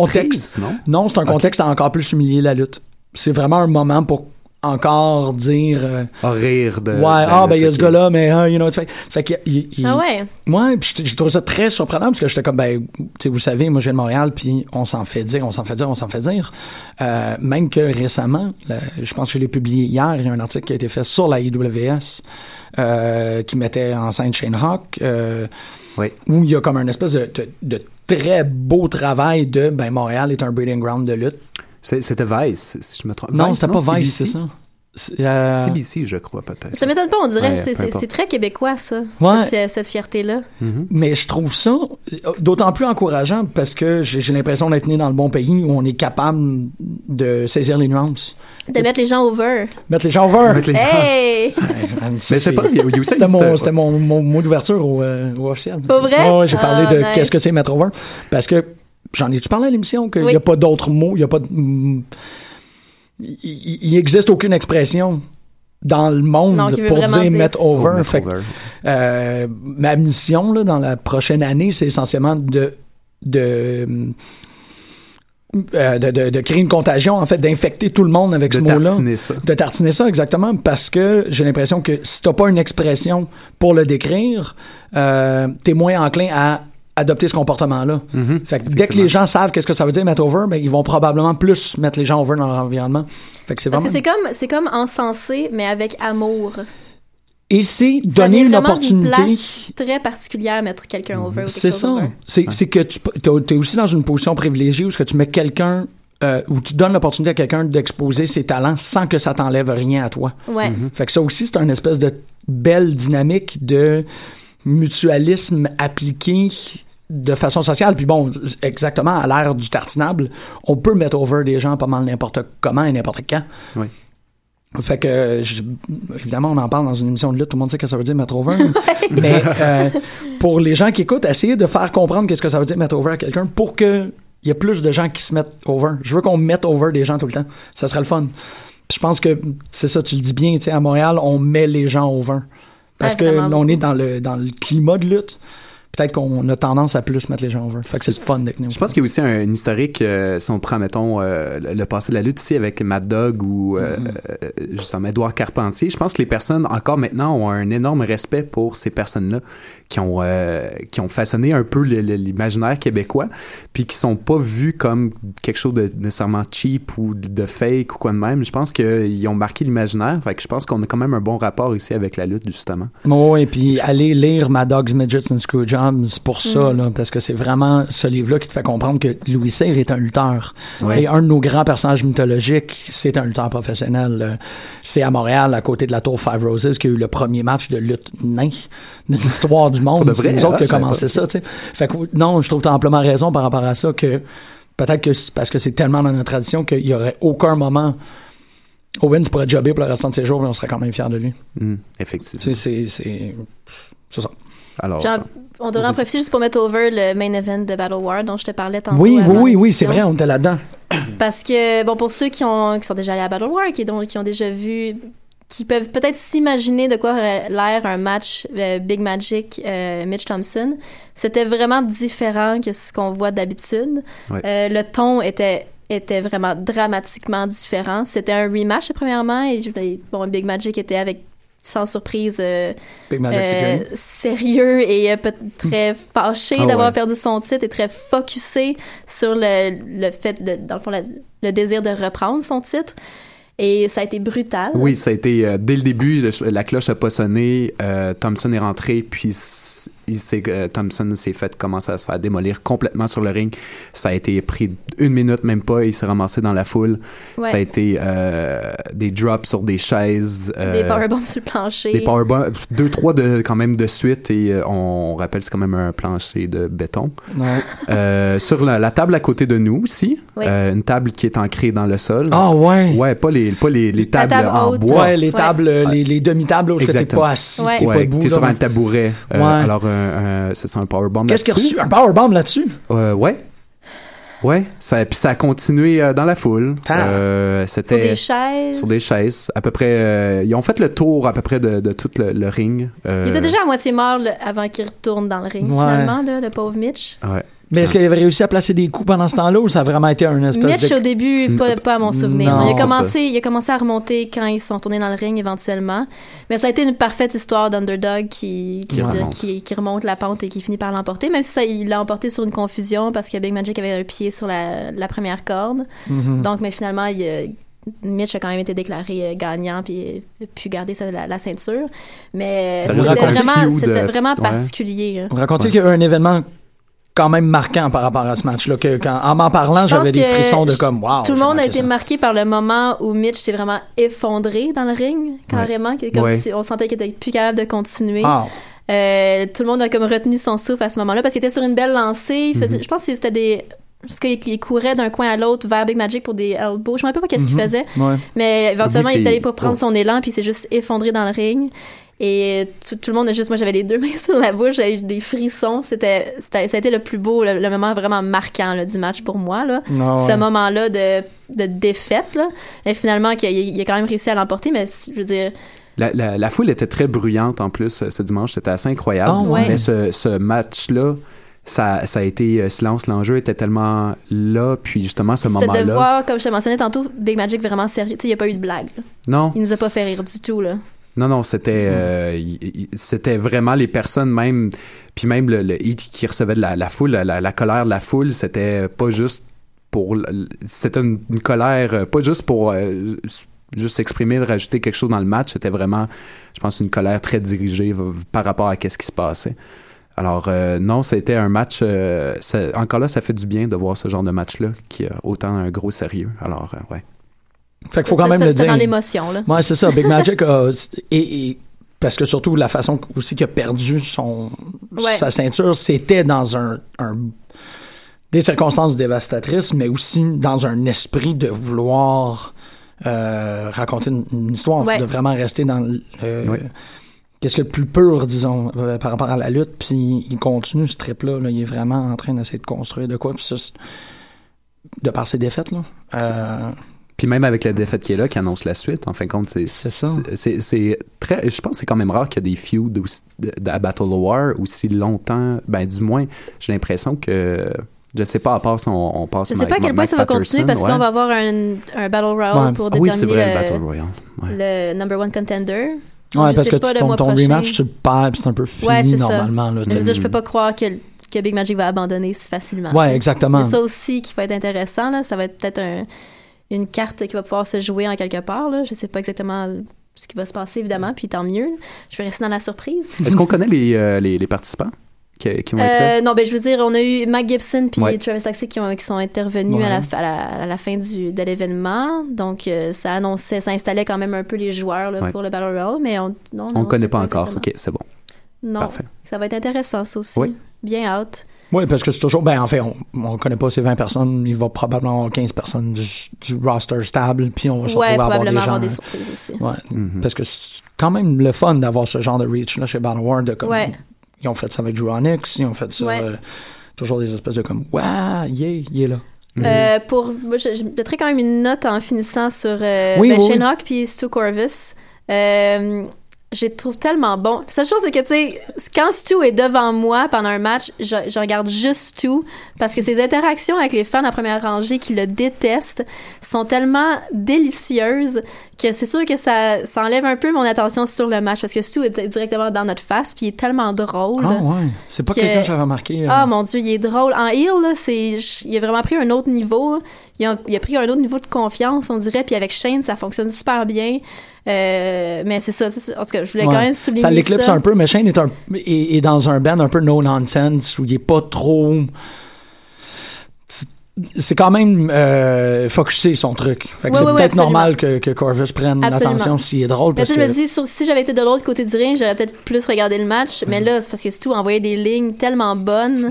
Speaker 4: contexte.
Speaker 6: non?
Speaker 4: Non, c'est un contexte à encore plus humilier la lutte. C'est vraiment un moment pour encore dire euh,
Speaker 6: Ah, rire de.
Speaker 4: ouais
Speaker 6: de la
Speaker 4: ah ben
Speaker 6: lutte,
Speaker 4: il y a ce
Speaker 6: ok.
Speaker 4: gars-là mais hein, you know fait, fait que il- il-
Speaker 5: Ah ouais?
Speaker 4: Ouais, puis j'ai- j'ai trouvé ça très surprenant parce que j'étais comme, ben, tu sais, vous savez, moi, je viens de Montréal, puis on s'en fait dire, on s'en fait dire, on s'en fait dire. Euh, même que récemment, là, je pense que je l'ai publié hier, il y a un article qui a été fait sur la IWS euh, qui mettait en scène Shane Hawk, euh,
Speaker 6: Oui.
Speaker 4: où il y a comme un espèce de, de- de très beau travail de, ben, Montréal est un breeding ground de lutte.
Speaker 6: C'est- C'était Vice, si je me trompe.
Speaker 4: Non,
Speaker 6: Vice,
Speaker 4: c'était pas Vice,
Speaker 6: CBC?
Speaker 4: c'est ça? C'est euh,
Speaker 6: CBC, je crois, peut-être.
Speaker 5: Ça m'étonne pas, on dirait.
Speaker 6: Ouais,
Speaker 5: c'est-
Speaker 6: peu
Speaker 5: c'est
Speaker 6: importe.
Speaker 5: c'est très québécois, ça.
Speaker 4: Ouais.
Speaker 5: Cette, fi- cette fierté-là.
Speaker 6: Mhm.
Speaker 4: Mais je trouve ça euh, d'autant plus encourageant parce que j'ai j'ai l'impression d'être né dans le bon pays où on est capable de saisir les nuances.
Speaker 5: De mettre les gens over.
Speaker 4: Mettre les gens over.
Speaker 6: Avec les gens.
Speaker 5: Hey!
Speaker 4: Mais
Speaker 6: Mais c'est pas. il y a- il y a aussi
Speaker 4: C'était
Speaker 6: une
Speaker 4: mon,
Speaker 6: histoire-
Speaker 4: c'était mon, mon mot d'ouverture au, euh, au officiel.
Speaker 5: Pas vrai?
Speaker 4: Ouais, j'ai parlé
Speaker 5: Ah,
Speaker 4: de
Speaker 5: nice.
Speaker 4: qu'est-ce que c'est mettre over. Parce que j'en ai-tu parlé à l'émission qu'il n'y
Speaker 5: Oui.
Speaker 4: a pas d'autres mots, il n'y a pas de- mm, Il- Il il existe aucune expression dans le monde
Speaker 5: Non, qui veut
Speaker 4: pour
Speaker 5: vraiment
Speaker 4: dire,
Speaker 5: dire-
Speaker 4: mettre
Speaker 6: Oh,
Speaker 4: over.
Speaker 6: mettre
Speaker 4: Fait que,
Speaker 6: over.
Speaker 4: euh, ma mission là, dans la prochaine année, c'est essentiellement de. de euh, de, de- de créer une contagion, en fait, d'infecter tout le monde avec
Speaker 6: De
Speaker 4: ce mot-là
Speaker 6: tartiner ça.
Speaker 4: de tartiner ça exactement parce que j'ai l'impression que si t'as pas une expression pour le décrire, euh, t'es moins enclin à adopter ce comportement-là.
Speaker 6: Mm-hmm.
Speaker 4: Fait que dès que les gens savent qu'est-ce que ça veut dire mettre over, ben, ils vont probablement plus mettre les gens over dans leur environnement. Fait que c'est
Speaker 5: Parce
Speaker 4: vraiment...
Speaker 5: que c'est comme, c'est comme encenser, mais avec amour.
Speaker 4: Et c'est
Speaker 5: Ça
Speaker 4: donner
Speaker 5: vient
Speaker 4: une
Speaker 5: vraiment d'une
Speaker 4: opportunité...
Speaker 5: place très particulière, mettre quelqu'un over. ou quelque
Speaker 4: C'est
Speaker 5: chose
Speaker 4: ça.
Speaker 5: over.
Speaker 4: C'est c'est que tu es aussi dans une position privilégiée où ce que tu mets quelqu'un... euh, où tu donnes l'opportunité à quelqu'un d'exposer ses talents sans que ça t'enlève rien à toi.
Speaker 5: Ouais.
Speaker 4: Fait que ça aussi, c'est une espèce de belle dynamique de mutualisme appliqué de façon sociale. Puis bon, exactement, à l'ère du tartinable, on peut mettre over des gens pas mal n'importe comment et n'importe quand.
Speaker 6: Oui.
Speaker 4: Fait que, je- évidemment, on en parle dans une émission de lutte, tout le monde sait ce que ça veut dire mettre over. Mais euh, pour les gens qui écoutent, essayez de faire comprendre qu'est-ce que ça veut dire mettre over à quelqu'un pour que il y ait plus de gens qui se mettent over. Je veux qu'on mette over des gens tout le temps. Ça serait le fun. Puis je pense que c'est ça, tu le dis bien, tu sais, à Montréal, on met les gens over. Parce
Speaker 5: Ouais,
Speaker 4: que
Speaker 5: vraiment
Speaker 4: là, on est dans le, dans le climat de lutte. Peut-être qu'on a tendance à plus mettre les gens over. Fait que c'est le fun d'être nous.
Speaker 6: Je pense qu'il y a aussi un, un historique, euh, si on prend, mettons, euh, le, le passé de la lutte ici avec Mad Dog ou euh,
Speaker 5: Mm-hmm.
Speaker 6: euh, justement Edouard Carpentier. Je pense que les personnes, encore maintenant, ont un énorme respect pour ces personnes-là qui ont euh, qui ont façonné un peu le- le- l'imaginaire québécois, puis qui sont pas vus comme quelque chose de nécessairement cheap ou de de fake ou quoi de même. Je pense qu'ils ont marqué l'imaginaire. Fait que je pense qu'on a quand même un bon rapport ici avec la lutte, justement.
Speaker 4: Bon, et puis aller lire Ma Dog's Midgets and Screwjobs pour ça,
Speaker 6: Mm.
Speaker 4: là, parce que c'est vraiment ce livre-là qui te fait comprendre que Louis Cyr est un lutteur.
Speaker 6: Ouais.
Speaker 4: Et un de nos grands personnages mythologiques, c'est un lutteur professionnel. Euh, C'est à Montréal, à côté de la Tour Five Roses, qu'il y a eu le premier match de lutte nain de l'histoire du
Speaker 6: Pour
Speaker 4: monde.
Speaker 6: de
Speaker 4: C'est
Speaker 6: vrai,
Speaker 4: nous autres
Speaker 6: hein,
Speaker 4: qui a
Speaker 6: je savais
Speaker 4: commencé
Speaker 6: pas.
Speaker 4: ça. tu sais. Fait que non, je trouve que t'as amplement raison par rapport à ça que peut-être que c'est parce que c'est tellement dans notre tradition qu'il y aurait aucun moment Owens pourrait jobber pour le restant de ses jours, mais on serait quand même fiers de lui.
Speaker 6: Hum, effectivement.
Speaker 4: Tu sais, c'est- c'est. C'est ça.
Speaker 6: Alors, euh,
Speaker 5: Genre, on devrait en profiter juste pour mettre over le main event de Battle War dont je te parlais tantôt.
Speaker 4: Oui, oui,
Speaker 5: avant
Speaker 4: oui, oui, c'est
Speaker 5: l'émission.
Speaker 4: vrai, on était là-dedans.
Speaker 5: Parce que, bon, pour ceux qui, ont, qui sont déjà allés à Battle War, qui, donc, qui ont déjà vu, qui peuvent peut-être s'imaginer de quoi aurait l'air un match euh, Big Magic euh, Mitch Thompson, c'était vraiment différent que ce qu'on voit d'habitude.
Speaker 6: Ouais.
Speaker 5: Euh, le ton était était vraiment dramatiquement différent. C'était un rematch, premièrement, et je voulais- bon, Big Magic était avec, sans surprise, euh,
Speaker 4: Big Magic
Speaker 5: euh,
Speaker 4: Security.
Speaker 5: sérieux et euh, peut- très fâché
Speaker 6: Ah
Speaker 5: d'avoir
Speaker 6: ouais.
Speaker 5: perdu son titre et très focusé sur le, le fait, de- dans le fond, la- le désir de reprendre son titre. Et ça a été brutal.
Speaker 6: Oui, ça a été euh, dès le début, le- la cloche a pas sonné, euh, Thompson est rentré, puis s- il s'est, euh, Thompson s'est fait commencer à se faire démolir complètement sur le ring. Ça a été pris une minute, même pas, et il s'est ramassé dans la foule.
Speaker 5: Ouais.
Speaker 6: Ça a été euh, des drops sur des chaises. euh,
Speaker 5: Des powerbombs sur le plancher.
Speaker 6: des powerbombs, deux, trois de, quand même de suite, et euh, on, on rappelle, c'est quand même un plancher de béton.
Speaker 4: Ouais.
Speaker 6: Euh, sur la, la table à côté de nous aussi,
Speaker 5: Oui.
Speaker 6: euh, une table qui est ancrée dans le sol.
Speaker 4: Ah, ouais.
Speaker 6: Ouais, pas les, pas les, les
Speaker 5: La
Speaker 6: tables
Speaker 5: table
Speaker 6: en
Speaker 5: haute,
Speaker 6: bois.
Speaker 4: Ouais,
Speaker 5: Ouais.
Speaker 4: les tables, euh, les, les demi-tables où est-ce que t'es
Speaker 6: Exactement.
Speaker 4: pas assis,
Speaker 5: Ouais.
Speaker 4: t'es pas
Speaker 6: Ouais,
Speaker 4: debout.
Speaker 6: t'es sur
Speaker 4: là.
Speaker 6: un tabouret. Euh,
Speaker 4: Ouais.
Speaker 6: Alors, un- un- c'est ça, un powerbomb
Speaker 4: Qu'est-ce qu'il a
Speaker 6: là-dessus.
Speaker 4: reçu? Un powerbomb là-dessus?
Speaker 6: Euh, ouais. Ouais. Ça, puis ça a continué euh, dans la foule.
Speaker 4: Ah.
Speaker 6: Euh,
Speaker 5: sur des
Speaker 6: c'était
Speaker 5: chaises.
Speaker 6: sur des chaises. À peu près, euh, ils ont fait le tour à peu près de, de tout le, le ring. Euh,
Speaker 5: Il était déjà à moitié mort là, avant qu'il retourne dans le ring,
Speaker 4: Ouais.
Speaker 5: finalement, là, le pauvre Mitch.
Speaker 6: Ouais.
Speaker 4: Mais est-ce qu'il avait réussi à placer des coups pendant ce temps-là ou ça a vraiment été un espèce
Speaker 5: Mitch,
Speaker 4: de...
Speaker 5: au début, pas, pas à mon souvenir.
Speaker 4: Non.
Speaker 5: il,
Speaker 6: C'est
Speaker 5: a
Speaker 6: ça.
Speaker 5: commencé, il a commencé à remonter quand ils sont tournés dans le ring éventuellement. Mais ça a été une parfaite histoire d'Underdog qui, qui,
Speaker 6: Qui
Speaker 5: je veux dire,
Speaker 6: remonte.
Speaker 5: qui- qui remonte la pente et qui finit par l'emporter, même si ça, il l'a emporté sur une confusion parce que Big Magic avait un pied sur la, la première corde.
Speaker 6: Mm-hmm.
Speaker 5: Donc, mais finalement, il, euh, Mitch a quand même été déclaré euh, gagnant puis il a pu garder sa- la, la ceinture. Mais
Speaker 6: Ça
Speaker 4: nous
Speaker 5: c'était
Speaker 4: raconte
Speaker 6: un
Speaker 5: vraiment,
Speaker 6: feud,
Speaker 5: c'était
Speaker 6: euh,
Speaker 5: vraiment
Speaker 6: ouais.
Speaker 5: particulier. là.
Speaker 4: Vous racontez qu'il y a eu un événement quand même marquant par rapport à ce match-là. Que quand, en m'en parlant,
Speaker 5: Je
Speaker 4: j'avais
Speaker 5: pense
Speaker 4: des
Speaker 5: que
Speaker 4: frissons de
Speaker 5: je-
Speaker 4: comme wow.
Speaker 5: Tout le
Speaker 4: j'ai
Speaker 5: monde a
Speaker 4: manqué
Speaker 5: été
Speaker 4: ça.
Speaker 5: marqué par le moment où Mitch s'est vraiment effondré dans le ring, carrément, que comme
Speaker 6: Ouais.
Speaker 5: si on sentait qu'il était plus capable de continuer.
Speaker 4: Ah,
Speaker 5: Euh, tout le monde a comme retenu son souffle à ce moment-là parce qu'il était sur une belle lancée. Il
Speaker 4: Mhm.
Speaker 5: faisait- Je pense que c'était des. Parce qu'il il courait d'un coin à l'autre vers Big Magic pour des elbows. Je me rappelle pas qu'est-ce
Speaker 4: Mhm.
Speaker 5: qu'il faisait,
Speaker 4: ouais.
Speaker 5: mais éventuellement
Speaker 6: Oui,
Speaker 5: il est
Speaker 6: c'est-
Speaker 5: allé pour prendre
Speaker 6: oh.
Speaker 5: son élan puis il s'est juste effondré dans le ring. Et tout, tout le monde a juste. Moi j'avais les deux mains sur la bouche, j'avais eu des frissons. C'était, c'était- ça a été le plus beau, le, le moment vraiment marquant là, du match pour moi. Là
Speaker 4: Ah,
Speaker 5: ce
Speaker 4: ouais.
Speaker 5: moment-là de, de défaite. Là. Et finalement, qu'il a- il, a quand même réussi à l'emporter, mais je veux dire,
Speaker 6: La, la- la foule était très bruyante en plus euh, ce dimanche, c'était assez incroyable.
Speaker 4: Ah,
Speaker 5: Oh, ouais.
Speaker 6: Mais ce, ce match-là, ça, ça a été euh, silence, l'enjeu était tellement là, puis justement ce
Speaker 5: c'était de
Speaker 6: moment-là.
Speaker 5: voir, comme je te mentionnais tantôt, Big Magic vraiment sérieux. Tu sais, il n'y a pas eu de blague. là.
Speaker 6: Non.
Speaker 5: Il nous a pas fait rire du tout. Là.
Speaker 6: Non, non, c'était euh, il- il- c'était vraiment les personnes, même puis même le, le hit qui recevait de la, la foule, la, la colère de la foule, c'était pas juste pour l- c'était une, une colère euh, pas juste pour euh, s- juste s'exprimer, de rajouter quelque chose dans le match, c'était vraiment je pense une colère très dirigée v- par rapport à qu'est-ce qui se passait. Alors euh, non, c'était un match euh, ça- encore là ça fait du bien de voir ce genre de match là qui a autant un gros sérieux. Alors euh, ouais.
Speaker 4: Fait qu'il faut quand même
Speaker 5: C'était-
Speaker 4: le
Speaker 5: c'était
Speaker 4: dire.
Speaker 5: dans l'émotion. Là.
Speaker 4: Ouais, c'est ça. Big Magic a- et, et- parce que surtout la façon aussi qu'il a perdu son
Speaker 5: Ouais.
Speaker 4: sa ceinture, c'était dans un, un- des circonstances dévastatrices, mais aussi dans un esprit de vouloir euh, raconter une, une histoire,
Speaker 5: Ouais.
Speaker 4: de vraiment rester dans le
Speaker 6: Oui.
Speaker 4: qu'est-ce que le plus pur, disons, euh, par rapport à la lutte. Puis il continue ce trip là, il est vraiment en train d'essayer de construire de quoi. Puis ça, c'est- de par ses défaites là. Euh,
Speaker 6: Puis même avec la défaite qui est là, qui annonce la suite, en fin de compte, c'est
Speaker 4: C'est ça.
Speaker 6: c'est- c'est très. Je pense que c'est quand même rare qu'il y a des feuds aussi- de- de- à Battle of War aussi longtemps. Ben du moins, j'ai l'impression que je sais pas à part si on, on passe.
Speaker 5: Je sais pas à quel point ça va continuer parce que là, on va avoir un, un Battle Royale
Speaker 4: Ouais. Ah
Speaker 5: pour
Speaker 6: Ah oui, c'est
Speaker 5: déterminer
Speaker 6: vrai, le
Speaker 5: le-
Speaker 6: Battle Royale. Ouais.
Speaker 5: le, number one contender. Donc,
Speaker 4: Ouais, parce
Speaker 5: je sais
Speaker 4: que
Speaker 5: pas
Speaker 4: tu
Speaker 5: le
Speaker 4: tombes
Speaker 5: mois
Speaker 4: ton
Speaker 5: prochain.
Speaker 4: rematch, tu le perds, puis c'est un peu fini
Speaker 5: Ouais, c'est ça.
Speaker 4: normalement. Là,
Speaker 5: Je veux
Speaker 4: t'as-
Speaker 5: dire, je peux pas croire que, que Big Magic va abandonner si facilement.
Speaker 4: Ouais, exactement.
Speaker 5: C'est ça aussi qui va être intéressant. Là. Ça va être peut-être un- une carte qui va pouvoir se jouer en quelque part. Là. Je ne sais pas exactement ce qui va se passer, évidemment, puis tant mieux. Je vais rester dans la surprise.
Speaker 6: Est-ce qu'on connaît les, euh, les, les participants qui, qui vont être là?
Speaker 5: Euh, non, ben, je veux dire, on a eu Mac Gibson puis
Speaker 6: Ouais.
Speaker 5: Travis Taxi qui, ont- qui sont intervenus
Speaker 4: Ouais.
Speaker 5: à, la, fin- à, la, à la fin du, de l'événement. Donc, euh, ça annonçait, ça installait quand même un peu les joueurs là,
Speaker 6: Ouais.
Speaker 5: pour le Battle Royale, mais on non,
Speaker 6: On
Speaker 5: non,
Speaker 6: ne connaît
Speaker 5: sait
Speaker 6: pas encore.
Speaker 5: exactement.
Speaker 6: Ok, c'est bon.
Speaker 5: Non,
Speaker 6: Parfait.
Speaker 5: ça va être intéressant, ça aussi.
Speaker 6: Oui.
Speaker 5: Bien out.
Speaker 4: Oui, parce que c'est toujours. Ben, en fait, on, on connaît pas ces 20 personnes. Il va probablement avoir 15 personnes du, du roster stable, puis on va se
Speaker 5: Ouais,
Speaker 4: retrouver à avoir des
Speaker 5: probablement
Speaker 4: gens. hein.
Speaker 5: avoir des surprises aussi.
Speaker 4: Ouais, parce que c'est quand même le fun d'avoir ce genre de reach-là chez Battle War. De, comme,
Speaker 5: Ouais.
Speaker 4: Ils ont fait ça avec Drew Onyx, ils ont fait ça.
Speaker 5: Ouais.
Speaker 4: euh, toujours des espèces de comme, waouh, yeah, il est là.
Speaker 5: Euh,
Speaker 4: Mhm.
Speaker 5: pour, moi, je, je mettrais quand même une note en finissant sur euh,
Speaker 4: Oui,
Speaker 5: ben,
Speaker 4: oui,
Speaker 5: Shane Hawk puis Stu Corvus. Euh, je les trouve tellement bon. La seule chose, c'est que, tu sais, quand Stu est devant moi pendant un match, je, je regarde juste Stu parce que ses interactions avec les fans en première rangée qui le détestent sont tellement délicieuses que c'est sûr que ça, ça enlève un peu mon attention sur le match parce que Stu est directement dans notre face puis il est tellement drôle.
Speaker 4: Ah, ouais. C'est pas
Speaker 5: Que-
Speaker 4: quelqu'un que j'avais remarqué. euh,
Speaker 5: Ah mon dieu, il est drôle. En heel, là, c'est, je- il a vraiment pris un autre niveau. hein. Il a, il a pris un autre niveau de confiance, on dirait. Puis avec Shane, ça fonctionne super bien. Euh, mais c'est ça. c'est- En tout cas, je voulais
Speaker 4: Ouais.
Speaker 5: quand même souligner
Speaker 4: ça
Speaker 5: ça.
Speaker 4: l'éclipse un peu, mais Shane est, un, est, est dans un band un peu no-nonsense où il est pas trop. C'est- C'est quand même euh, focusé son truc. Fait que
Speaker 5: Ouais,
Speaker 4: c'est
Speaker 5: ouais, ouais,
Speaker 4: peut-être
Speaker 5: absolument.
Speaker 4: normal que, que Corvus prenne
Speaker 5: Absolument.
Speaker 4: l'attention s'il est drôle.
Speaker 5: Mais
Speaker 4: Parce
Speaker 5: tu
Speaker 4: que,
Speaker 5: sais, je me dis, sur- si j'avais été de l'autre côté du ring, j'aurais peut-être plus regardé le match.
Speaker 4: Mhm.
Speaker 5: Mais là, c'est parce que c'est tout envoyait des lignes tellement bonnes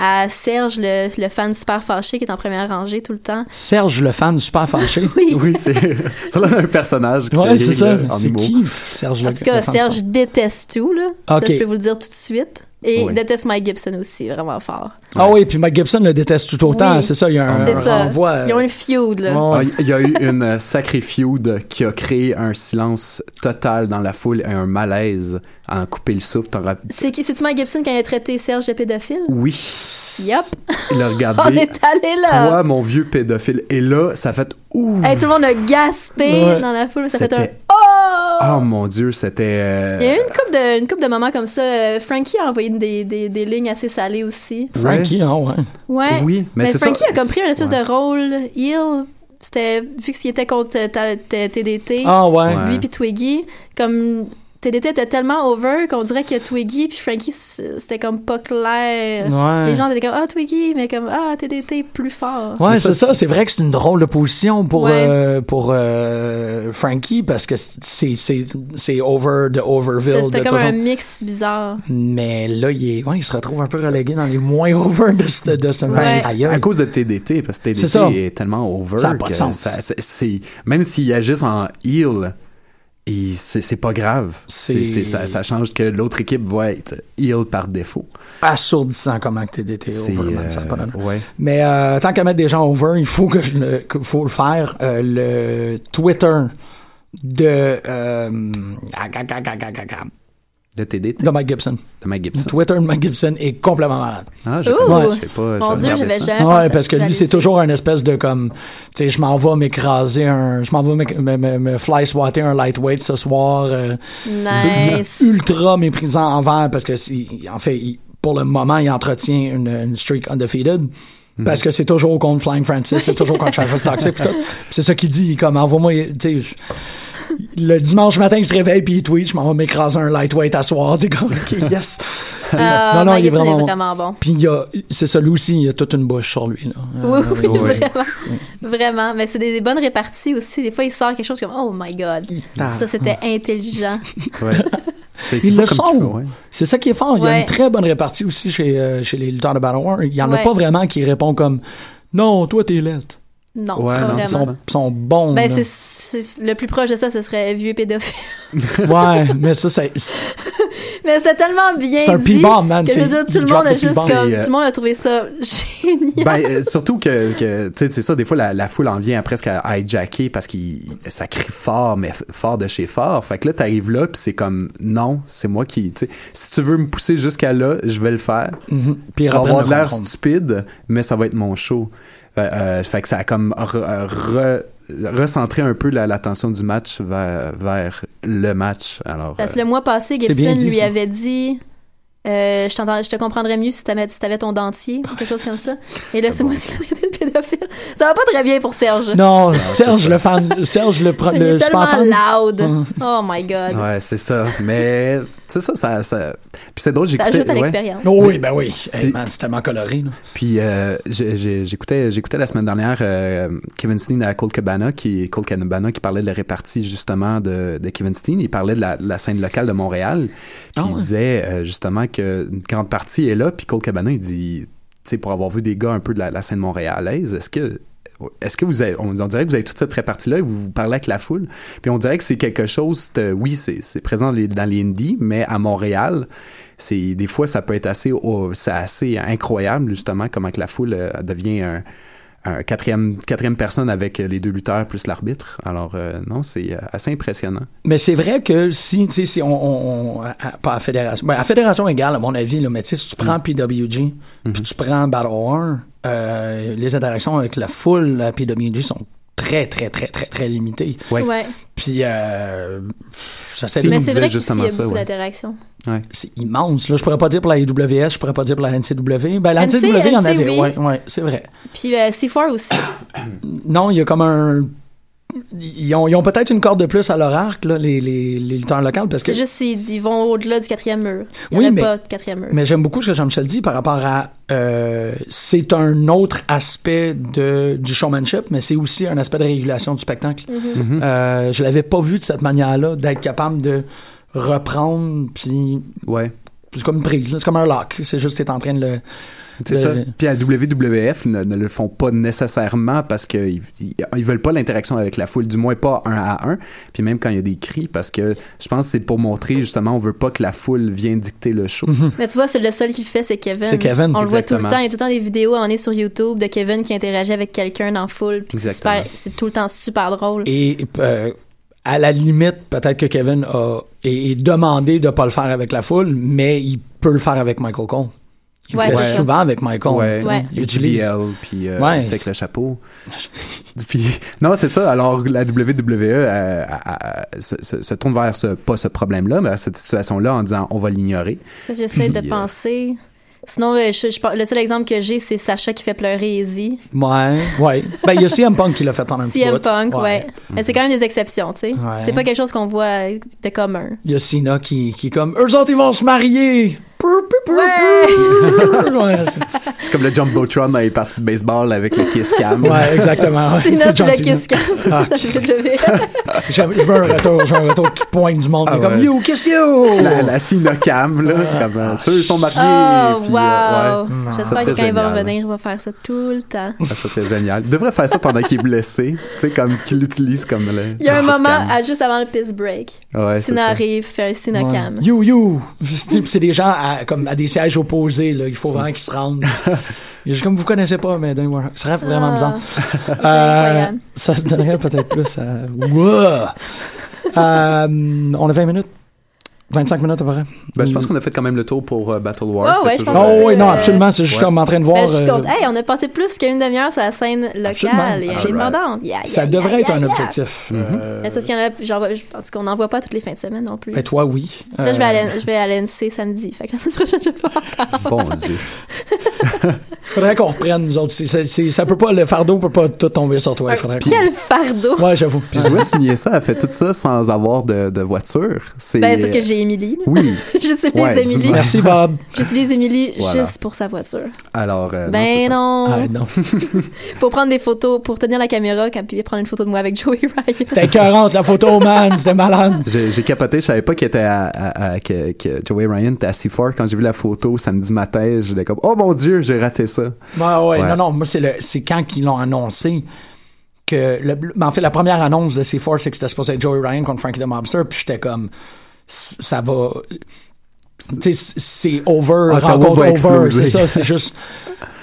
Speaker 5: à Serge, le, le fan super fâché qui est en première rangée tout le temps.
Speaker 4: Serge, le fan super fâché.
Speaker 6: Oui, c'est ça là un personnage. qui
Speaker 4: ouais,
Speaker 6: est,
Speaker 4: c'est ça.
Speaker 6: là, en
Speaker 4: C'est
Speaker 6: humour.
Speaker 4: qui, Serge le
Speaker 5: En tout cas,
Speaker 4: le fan
Speaker 5: Serge
Speaker 4: super-
Speaker 5: déteste tout, là.
Speaker 4: Ok.
Speaker 5: Ça, je peux vous le dire tout de suite. Et
Speaker 6: Oui.
Speaker 5: déteste Mike Gibson aussi, vraiment fort.
Speaker 4: Ah oui, puis Mike Gibson le déteste tout autant.
Speaker 5: Oui.
Speaker 4: C'est ça, il y a un,
Speaker 5: C'est
Speaker 4: un
Speaker 5: ça.
Speaker 4: renvoi.
Speaker 6: euh,
Speaker 4: euh,
Speaker 5: Ils ont une feud, là.
Speaker 4: Ouais.
Speaker 6: Ah, Il y a eu une euh, sacrée feud qui a créé un silence total dans la foule et un malaise à en couper le souffle. T'en rapp-
Speaker 5: C'est qui C'est-tu Mike Gibson quand il a traité Serge de pédophile?
Speaker 6: Oui,
Speaker 5: Yup!
Speaker 6: il a
Speaker 5: On
Speaker 6: regardé.
Speaker 5: est allé là!
Speaker 6: Toi, mon vieux pédophile. Et là, ça a fait ouh.
Speaker 5: Hey, tout le monde a gaspé
Speaker 4: Ouais.
Speaker 5: dans la foule, ça a fait un
Speaker 6: C'était-
Speaker 5: Oh!
Speaker 6: Oh mon dieu, c'était. euh,
Speaker 5: Il y a eu une coupe de, une coupe de moments comme ça. Euh, Frankie a envoyé des, des, des lignes assez salées aussi.
Speaker 6: ouais.
Speaker 4: Frankie, hein, ouais.
Speaker 5: Ouais.
Speaker 6: Oui, mais
Speaker 5: mais
Speaker 6: c'est
Speaker 5: Frankie
Speaker 6: ça.
Speaker 5: a comme pris un espèce
Speaker 6: Ouais.
Speaker 5: de rôle. Il, c'était, vu qu'il était contre ta- ta- TDT,
Speaker 4: Ah ouais.
Speaker 6: Ouais.
Speaker 5: lui puis Twiggy, comme TDT était tellement over qu'on dirait que Twiggy puis Frankie, c- c'était comme pas clair.
Speaker 7: Ouais.
Speaker 5: Les gens étaient comme, ah, Twiggy, mais comme, ah, TDT plus fort.
Speaker 4: Ouais, c'est ça. C'est vrai que c'est une drôle de position pour
Speaker 5: Ouais.
Speaker 4: euh, pour euh, Frankie parce que c'est c'est c'est over de Overville de
Speaker 5: C'était comme
Speaker 4: toujours.
Speaker 5: un mix bizarre.
Speaker 4: Mais là, il est, ouais, il se retrouve un peu relégué dans les moins over de ce de ce
Speaker 5: Ouais.
Speaker 4: match. Aïe, aïe.
Speaker 6: À cause de TDT, parce que
Speaker 7: C'est ça.
Speaker 6: TDT est tellement over.
Speaker 7: Ça a pas de
Speaker 6: que
Speaker 7: sens.
Speaker 6: ça- c'est- c'est- même s'il agissent en heal, il- c'est c'est pas grave.
Speaker 4: C'est-
Speaker 6: C'est- c'est- ça, ça change que l'autre équipe va être heal par défaut.
Speaker 4: assourdissant comment que t'es DT
Speaker 6: C'est,
Speaker 4: over, man, oh, ça a pas
Speaker 6: euh,
Speaker 4: d'allure.
Speaker 6: ouais.
Speaker 4: Mais euh, tant qu'à mettre des gens over, il faut que je le, que- faut le faire. Euh, le Twitter de euh, de
Speaker 6: Le TDT
Speaker 4: Mike Gibson.
Speaker 6: de Mike
Speaker 4: Le
Speaker 6: Gibson.
Speaker 4: Twitter de Mike Gibson est complètement malade.
Speaker 6: Ah, je
Speaker 5: Ouh!
Speaker 6: connais- je sais pas.
Speaker 5: Mon
Speaker 6: je
Speaker 5: Dieu,
Speaker 6: regardais
Speaker 5: j'avais
Speaker 6: ça.
Speaker 5: jamais
Speaker 4: Ouais,
Speaker 5: pensé
Speaker 4: parce que
Speaker 5: d'aller
Speaker 4: lui, c'est
Speaker 5: dessus.
Speaker 4: toujours un espèce de comme, tu sais, je m'en vais m'écraser un, je m'en vais m'éc- me, me- me fly swatter un lightweight ce soir. euh,
Speaker 5: Nice. Euh,
Speaker 4: Il est ultra méprisant envers parce que si- en fait il- pour le moment il entretient une, une streak undefeated parce que c'est toujours contre Flying Francis c'est toujours contre Travis Toxic pis tout. Pis c'est ça qu'il dit il est comme envoie-moi tu sais je- le dimanche matin il se réveille puis il tweet je m'en vais m'écraser un lightweight à soir t'es comme ok yes
Speaker 5: Ah,
Speaker 4: non non
Speaker 5: Mike
Speaker 4: il est
Speaker 5: Gibson
Speaker 4: vraiment bon.
Speaker 5: bon.
Speaker 4: puis il y a c'est ça lui aussi il y a toute une bouche sur lui là.
Speaker 5: Oui, oui,
Speaker 6: oui.
Speaker 5: vraiment. Vraiment. Mais c'est des, des bonnes réparties aussi. Des fois, il sort quelque chose comme Oh my God. Ça, c'était intelligent.
Speaker 6: Ouais. C'est- c'est
Speaker 4: Il
Speaker 6: pas
Speaker 4: le
Speaker 6: comme
Speaker 4: sauve.
Speaker 6: qu'il faut, ouais.
Speaker 4: C'est ça qui est fort. Il y a
Speaker 5: Ouais.
Speaker 4: une très bonne répartie aussi chez, euh, chez les lutteurs de Battle War. Il y en a
Speaker 5: Ouais.
Speaker 4: pas vraiment qui répond comme Non, toi t'es lettre.
Speaker 5: Non,
Speaker 6: Ouais,
Speaker 5: pas
Speaker 6: non,
Speaker 4: Ils
Speaker 6: c'est
Speaker 5: vraiment.
Speaker 6: ça.
Speaker 4: sont, sont bons.
Speaker 5: Ben,
Speaker 4: là.
Speaker 5: c'est- c'est le plus proche de ça, ce serait vieux pédophile.
Speaker 4: Ouais, mais ça, c'est. c'est-
Speaker 5: Mais c'est tellement bien
Speaker 4: C'est un
Speaker 5: dit
Speaker 4: P-bomb, man.
Speaker 5: que je veux
Speaker 4: C'est-
Speaker 5: dire,
Speaker 4: il
Speaker 5: tout le
Speaker 4: drop
Speaker 5: monde a
Speaker 4: the
Speaker 5: juste
Speaker 4: P-bomb.
Speaker 5: comme
Speaker 6: Et, euh,
Speaker 5: tout le monde a trouvé ça génial.
Speaker 6: Ben, euh, surtout que, que, tu sais, c'est ça, des fois, la, la foule en vient à presque à hijacker parce que ça crie fort, mais f- fort de chez fort. Fait que là, t'arrives là, puis c'est comme, non, c'est moi qui, tu sais, si tu veux me pousser jusqu'à là, je vais le faire.
Speaker 4: Puis
Speaker 5: Mhm.
Speaker 6: Puis tu vas
Speaker 4: reprendre
Speaker 6: avoir
Speaker 4: le
Speaker 6: de l'air
Speaker 4: contrôle.
Speaker 6: stupide, mais ça va être mon show. Euh, euh, fait que ça a comme re- re- recentré un peu la- l'attention du match vers, vers le match. Alors,
Speaker 5: Parce que
Speaker 6: euh,
Speaker 5: le mois passé, Gibson
Speaker 4: bien dit,
Speaker 5: lui
Speaker 4: ça.
Speaker 5: avait dit euh, je, t'entends- je te comprendrais mieux si t'avais si t'avais ton dentier ou quelque chose comme ça. Et là, c'est moi qui l'ai traité de pédophile. Ça va pas très bien pour Serge.
Speaker 4: Ah Non, Serge, le fan. Serge, le, pro-
Speaker 5: Il
Speaker 4: le
Speaker 5: est
Speaker 4: super
Speaker 5: tellement
Speaker 4: fan.
Speaker 5: loud. Oh my God.
Speaker 6: euh, ouais, c'est ça. Mais, c'est ça, ça, ça- Puis c'est drôle,
Speaker 5: Ça
Speaker 6: j'écoutais...
Speaker 5: ajoute à
Speaker 6: ouais.
Speaker 5: l'expérience.
Speaker 4: Oh oui, ben oui. Hey,
Speaker 6: Puis-
Speaker 4: man, c'est tellement coloré. là.
Speaker 6: Puis euh, j'ai- j'ai- j'écoutais j'écoutais la semaine dernière euh, Kevin Steen à Cold Cabana qui Cold Cabana qui parlait de la répartie justement de, de Kevin Steen, il parlait de la, de la scène locale de Montréal. Puis il disait euh, justement que une grande partie est là puis Cold Cabana il dit tu sais pour avoir vu des gars un peu de la, la scène montréalaise, est-ce que est-ce que vous avez, on, on dirait que vous avez toute cette répartie-là, et vous, vous parlez avec la foule, puis on dirait que c'est quelque chose, de- oui, c'est c'est présent dans les, dans les indies, mais à Montréal, c'est des fois ça peut être assez, oh, c'est assez incroyable justement comment que la foule euh, devient un, un quatrième, quatrième personne avec euh, les deux lutteurs plus l'arbitre. Alors euh, non, c'est euh, assez impressionnant.
Speaker 4: Mais c'est vrai que si, tu sais, si on. on- à- à- pas à Fédération. Ben, à Fédération égale, à mon avis, là, mais tu sais, si tu
Speaker 5: Mm.
Speaker 4: prends PWG,
Speaker 5: Mm-hmm.
Speaker 4: puis tu prends Battle War, euh, les interactions avec la foule à PWG sont très, très, très, très, très limitées.
Speaker 6: Ouais.
Speaker 5: Ouais.
Speaker 4: Puis, euh, j'essaie de
Speaker 5: Mais
Speaker 6: nous
Speaker 5: c'est
Speaker 6: disait
Speaker 5: vrai qu'ici, il y
Speaker 6: justement
Speaker 5: a
Speaker 6: ça,
Speaker 5: beaucoup
Speaker 6: ouais.
Speaker 5: d'interactions.
Speaker 4: c'est immense. Là, je pourrais pas dire pour la IWS, je pourrais pas dire pour la NCW. Ben, la
Speaker 5: NC,
Speaker 4: NCW, il y en
Speaker 5: NC,
Speaker 4: avait.
Speaker 5: oui.
Speaker 4: Ouais, ouais, c'est vrai.
Speaker 5: Puis euh, C4 aussi.
Speaker 4: Non, il y a comme un. Ils ont, ils ont peut-être une corde de plus à leur arc, là, les, les, les lutteurs locaux, parce que.
Speaker 5: C'est juste s'ils ils vont au-delà du quatrième mur. Il n'y
Speaker 4: Oui,
Speaker 5: en a
Speaker 4: mais-
Speaker 5: pas de quatrième mur.
Speaker 4: Mais j'aime beaucoup ce que Jean-Michel dit par rapport à. euh, c'est un autre aspect de, du showmanship, mais c'est aussi un aspect de régulation du spectacle.
Speaker 5: Mm-hmm.
Speaker 4: Euh, je l'avais pas vu de cette manière-là, d'être capable de reprendre, puis.
Speaker 6: Ouais.
Speaker 4: C'est comme une prise, là, c'est comme un lock. C'est juste que t'es en train de le.
Speaker 6: C'est
Speaker 4: Le-
Speaker 6: ça. Puis à WWF, ils ne, ne le font pas nécessairement parce qu'ils ils, ils veulent pas l'interaction avec la foule, du moins pas un à un. Puis même quand il y a des cris, parce que je pense que c'est pour montrer justement, on veut pas que la foule vienne dicter le show.
Speaker 4: Mhm.
Speaker 5: Mais tu vois, c'est le seul qui le fait, c'est Kevin.
Speaker 4: C'est Kevin,
Speaker 5: On le voit tout le
Speaker 6: exactement.
Speaker 5: temps. Il y a tout le temps des vidéos, on est sur YouTube, de Kevin qui interagit avec quelqu'un dans full. Puis c'est
Speaker 6: Exactement.
Speaker 5: super- c'est tout le temps super drôle.
Speaker 4: Et euh, à la limite, peut-être que Kevin a, est, est demandé de pas le faire avec la foule, mais il peut le faire avec Michael Cole. Il
Speaker 5: Ouais,
Speaker 4: le fait
Speaker 5: c'est ça.
Speaker 4: souvent avec Michael.
Speaker 6: Ouais.
Speaker 4: tu sais.
Speaker 5: Ouais.
Speaker 4: Il utilise.
Speaker 6: JBL, puis euh,
Speaker 4: Ouais,
Speaker 6: c'est avec
Speaker 4: c'est-
Speaker 6: le chapeau. Puis- non, c'est ça. Alors, la WWE euh, a- a- se, se- se tourne vers ce, pas ce problème-là, mais à cette situation-là en disant on va l'ignorer.
Speaker 5: J'essaie de
Speaker 6: Puis, euh,
Speaker 5: penser. Sinon, euh, je- je pense- le seul exemple que j'ai, c'est Sacha qui fait pleurer Izzy.
Speaker 4: Ouais, ouais. Ben, il y a CM Punk qui l'a fait pendant un petit
Speaker 5: CM
Speaker 4: bout. Mm-hmm.
Speaker 5: Punk, ouais. Mais c'est quand même des exceptions, tu sais.
Speaker 4: Ouais.
Speaker 5: C'est pas quelque chose qu'on voit euh, de commun.
Speaker 4: Il y a Cena qui, qui est comme Eux autres, ils vont se marier! Prou, prou, prou, prou. Ouais, c'est-
Speaker 6: C'est comme le Jumbotron dans les parties de baseball avec le Kiss Cam.
Speaker 4: ouais, exactement. ouais.
Speaker 5: C'est notre
Speaker 4: John
Speaker 5: le
Speaker 4: Cena.
Speaker 5: kiss cam. Je vais le lever.
Speaker 4: Ah, J'aime- Je veux un retour, je veux un retour qui pointe du monde.
Speaker 6: Ah
Speaker 4: mais comme
Speaker 6: ouais.
Speaker 4: You, kiss you!
Speaker 6: La, la Cena Cam, là. C'est comme, euh, ceux, ils sont mariés.
Speaker 5: Oh,
Speaker 6: puis,
Speaker 5: wow!
Speaker 6: euh, ouais.
Speaker 4: Mm,
Speaker 6: Ça
Speaker 5: J'espère que
Speaker 6: serait
Speaker 5: quand il va
Speaker 6: génial.
Speaker 5: revenir, il va faire ça tout le temps.
Speaker 6: Ah, ça serait génial. Il devrait faire ça pendant qu'il est blessé. Tu sais, comme qu'il l'utilise comme le.
Speaker 5: Il y a un
Speaker 6: le
Speaker 5: moment,
Speaker 6: scan.
Speaker 5: à- juste avant le piss break,
Speaker 6: Ouais, c'est
Speaker 5: Sina
Speaker 6: ça.
Speaker 5: arrive, fait un Sina cam.
Speaker 4: You, you! C'est c'est des gens à, comme à des sièges opposés, là. Il faut vraiment qu'ils se rendent. Je suis comme vous connaissez pas, mais donnez-moi un- Ce serait vraiment
Speaker 5: Ah.
Speaker 4: bizarre.
Speaker 5: C'est incroyable.
Speaker 4: Euh, ça se donnerait peut-être plus à. Ouah! Euh, on a 20 minutes. 25 minutes à peu près.
Speaker 6: Ben, je pense qu'on a fait quand même le tour pour euh, Battle Wars.
Speaker 5: Ah,
Speaker 6: C'était
Speaker 5: ouais, je
Speaker 6: toujours,
Speaker 5: pense
Speaker 4: Non,
Speaker 6: euh,
Speaker 5: que-
Speaker 4: Oh, oui, non,
Speaker 5: Euh,
Speaker 4: absolument. C'est juste
Speaker 6: ouais.
Speaker 4: comme en train de voir.
Speaker 5: Ben, je suis
Speaker 4: euh,
Speaker 5: contente. Hey, on a passé plus qu'une demi-heure sur la scène
Speaker 4: Absolument.
Speaker 5: locale. et Elle est
Speaker 6: Alright.
Speaker 5: demandante. Yeah, yeah,
Speaker 4: ça
Speaker 5: yeah,
Speaker 4: devrait
Speaker 5: yeah,
Speaker 4: être un
Speaker 5: yeah.
Speaker 4: objectif. Euh,
Speaker 5: Mais c'est parce qu'il y en a, genre, je pense qu'on n'en voit pas toutes les fins de semaine non plus.
Speaker 4: ben, toi, oui.
Speaker 5: Là, je vais,
Speaker 4: Euh,
Speaker 5: à, je vais à l'NC samedi. Fait que la semaine prochaine, je vais pas encore.
Speaker 6: Bon Dieu.
Speaker 4: Faudrait qu'on reprenne, nous autres. C'est- c'est- c'est- ça peut pas, le fardeau peut pas tout tomber sur toi. Faudrait qu'on-
Speaker 5: Quel fardeau! Ben,
Speaker 4: Ouais, j'avoue.
Speaker 6: Puis je voulais souligner ça. Elle fait tout ça sans avoir de, de voiture. C'est.
Speaker 5: Ben, c'est ce que j'ai Émilie. là.
Speaker 6: Oui.
Speaker 5: J'utilise
Speaker 6: Ouais,
Speaker 5: Émilie.
Speaker 6: dis-moi.
Speaker 4: Merci, Bob.
Speaker 5: J'utilise Émilie
Speaker 6: Voilà.
Speaker 5: juste pour sa voiture.
Speaker 6: Alors. euh,
Speaker 5: ben
Speaker 6: non.
Speaker 5: non!
Speaker 4: Ah, non.
Speaker 5: Pour prendre des photos, pour tenir la caméra, quand puis prendre une photo de moi avec Joey Ryan.
Speaker 4: T'es écœurante, la photo, man. C'était malade.
Speaker 6: c'est ça. J'ai j'ai capoté, je savais pas qu'il était à, à- à- que, que Joey Ryan était à C4. Quand j'ai vu la photo samedi matin, j'étais comme, oh mon Dieu, j'ai raté ça.
Speaker 4: Ouais, Bah ouais,
Speaker 6: Ouais.
Speaker 4: Non, non, moi, c'est le, c'est quand qu'ils l'ont annoncé que, le, mais en fait, la première annonce de C4, c'est que c'était supposé être Joey Ryan contre Frankie the Mobster, puis j'étais comme, c- ça va, tu sais, c- c'est over,
Speaker 6: Ah, Ottawa
Speaker 4: rencontre
Speaker 6: va
Speaker 4: over,
Speaker 6: exploser.
Speaker 4: c'est ça, c'est juste.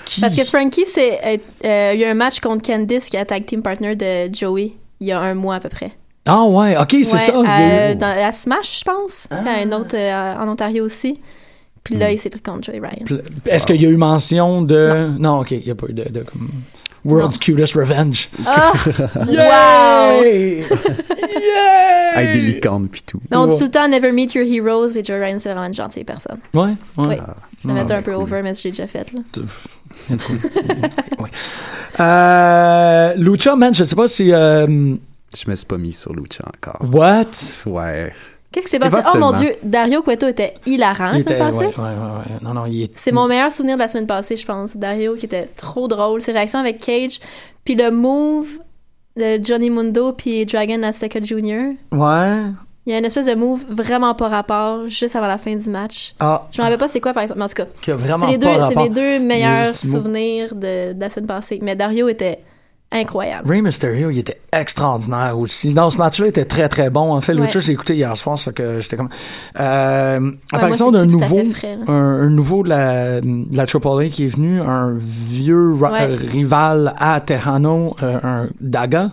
Speaker 4: Qui...
Speaker 5: Parce que Frankie, c'est, euh, euh, il y a eu un match contre Candice qui est la tag team partner de Joey il y a un mois à peu près.
Speaker 4: Ah ouais, ok, c'est
Speaker 5: Ouais, euh,
Speaker 4: ça.
Speaker 5: À, dans- à Smash, je pense.
Speaker 4: Ah.
Speaker 5: Il y a un autre euh, en Ontario aussi. Puis
Speaker 4: Hmm.
Speaker 5: là, il s'est pris contre Joey Ryan.
Speaker 4: Pl- Est-ce qu'il y a eu mention de. Non, ok, il n'y a pas eu de. de comme... World's Cutest Revenge.
Speaker 5: Ah! wow!
Speaker 4: Hey!
Speaker 6: Avec des licornes puis tout.
Speaker 5: Mais on dit tout le temps Never meet your heroes, mais Joe Ryan, c'est vraiment une gentille personne.
Speaker 4: Ouais, ouais. Ah,
Speaker 5: Oui. Je vais mettre un peu over, mais j'ai déjà fait. Là.
Speaker 4: Euh, Lucha, man, je sais pas si. euh,
Speaker 6: Je me suis pas mis sur Lucha encore.
Speaker 4: what?
Speaker 6: Ouais.
Speaker 5: Qu'est-ce qui s'est passé? Oh mon
Speaker 6: Éventuellement.
Speaker 5: Dieu, Dario Cueto était hilarant Hein, la
Speaker 4: était-
Speaker 5: semaine passée.
Speaker 4: ouais, ouais, ouais, ouais. Non, non, il est.
Speaker 5: C'est mon meilleur souvenir de la semaine passée, je pense. Dario qui était trop drôle. Ses réactions avec Cage, puis le move de Johnny Mundo puis Dragon Azteca Jr.
Speaker 4: Ouais.
Speaker 5: Il y a une espèce de move vraiment pas rapport juste avant la fin du match.
Speaker 4: Ah,
Speaker 5: Je me rappelle pas c'est quoi par exemple, mais en tout cas,
Speaker 4: qui a
Speaker 5: c'est
Speaker 4: vraiment
Speaker 5: les deux,
Speaker 4: pas
Speaker 5: c'est
Speaker 4: rapport.
Speaker 5: mes deux
Speaker 4: Il y a
Speaker 5: meilleurs
Speaker 4: juste du mot.
Speaker 5: souvenirs de, de la semaine passée. Mais Dario était incroyable.
Speaker 4: Ray Mysterio, il était extraordinaire aussi. Non, ce match-là était très, très bon. En fait,
Speaker 5: Ouais.
Speaker 4: Lucha, je l'ai écouté hier soir, ça que j'étais comme... Euh, apparition
Speaker 5: moi,
Speaker 4: d'un
Speaker 5: c'est plus tout à
Speaker 4: nouveau...
Speaker 5: fait frais, là.
Speaker 4: un, un nouveau de la, de la AAA qui est venu, un vieux ra-
Speaker 5: Ouais.
Speaker 4: euh, rival à Terrano, euh, un Daga.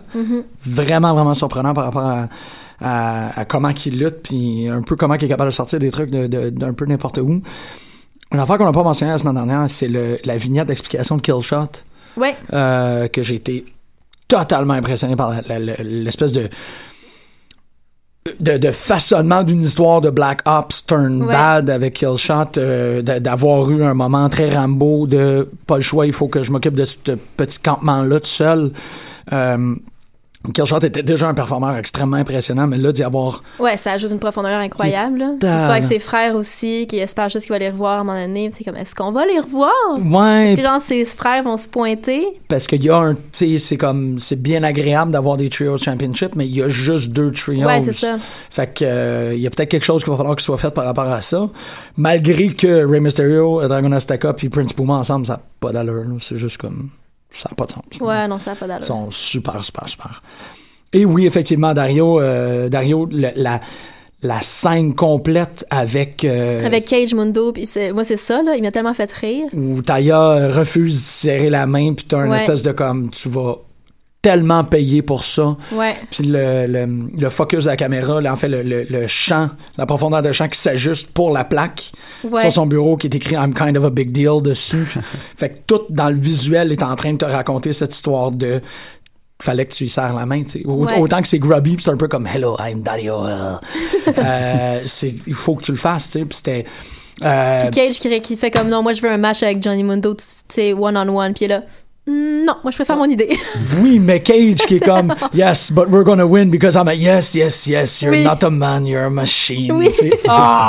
Speaker 4: Vraiment, vraiment surprenant par rapport à, à- à comment il lutte, puis un peu comment il est capable de sortir des trucs de- de- d'un peu n'importe où. Une affaire qu'on n'a pas mentionnée la semaine dernière, c'est le- la vignette d'explication de Killshot
Speaker 5: Ouais,
Speaker 4: euh, que j'ai été totalement impressionné par la- la- la- l'espèce de, de de façonnement d'une histoire de Black Ops turn
Speaker 5: Ouais.
Speaker 4: bad avec Killshot, euh, d'a- d'avoir eu un moment très Rambo de pas le choix, il faut que je m'occupe de ce petit campement-là tout seul. Euh, Killshot était déjà un performeur extrêmement impressionnant, mais là, d'y avoir...
Speaker 5: ouais, ça ajoute une profondeur incroyable. là.
Speaker 4: Total.
Speaker 5: L'histoire avec ses frères aussi, qui espèrent juste qu'il va les revoir à un moment donné. C'est comme, est-ce qu'on va les revoir?
Speaker 4: Ouais,
Speaker 5: Puis genre, ses frères vont se pointer.
Speaker 4: parce qu'il y a un... Tu sais, c'est comme... C'est bien agréable d'avoir des trios championship, mais il y a juste deux trios.
Speaker 5: Ouais, c'est ça.
Speaker 4: Fait que euh, il y a peut-être quelque chose qu'il va falloir qu'il soit fait par rapport à ça. Malgré que Rey Mysterio, Dragon Azteca puis Prince Puma ensemble, ça n'a pas d'allure. là. C'est juste comme ça n'a pas de sens.
Speaker 5: Ouais, non, ça n'a pas d'allure.
Speaker 4: Ils sont super, super, super. Et oui, effectivement, Dario, euh, Dario, le- la, la scène complète avec, euh,
Speaker 5: Avec Cage Mundo, puis c'est- moi, c'est ça, là. Il m'a tellement fait rire.
Speaker 4: où Taya refuse de serrer la main, puis t'as un
Speaker 5: Ouais.
Speaker 4: espèce de comme tu vas tellement payer pour ça.
Speaker 5: Ouais.
Speaker 4: Puis le, le, le focus de la caméra, là, en fait, le, le, le champ, la profondeur de champ qui s'ajuste pour la plaque
Speaker 5: Ouais.
Speaker 4: sur son bureau qui est écrit I'm kind of a big deal dessus. fait que tout dans le visuel est en train de te raconter cette histoire de fallait que tu y serres la main. tu sais. Au-
Speaker 5: Ouais.
Speaker 4: Autant que c'est grubby, puis c'est un peu comme Hello, I'm Dario. Euh, c'est- il faut que tu le fasses. tu sais. Puis c'était Euh,
Speaker 5: Puis Cage qui, qui fait comme non, moi je veux un match avec Johnny Mundo, tu sais, one on one. Puis il est là, Mm, non, moi je préfère mon idée.
Speaker 4: oui, mais Cage qui est comme Yes, but we're gonna win because I'm a Yes, yes, yes, you're
Speaker 5: Oui.
Speaker 4: not a man, you're a machine.
Speaker 5: Oui. Ah.
Speaker 4: Tu sais,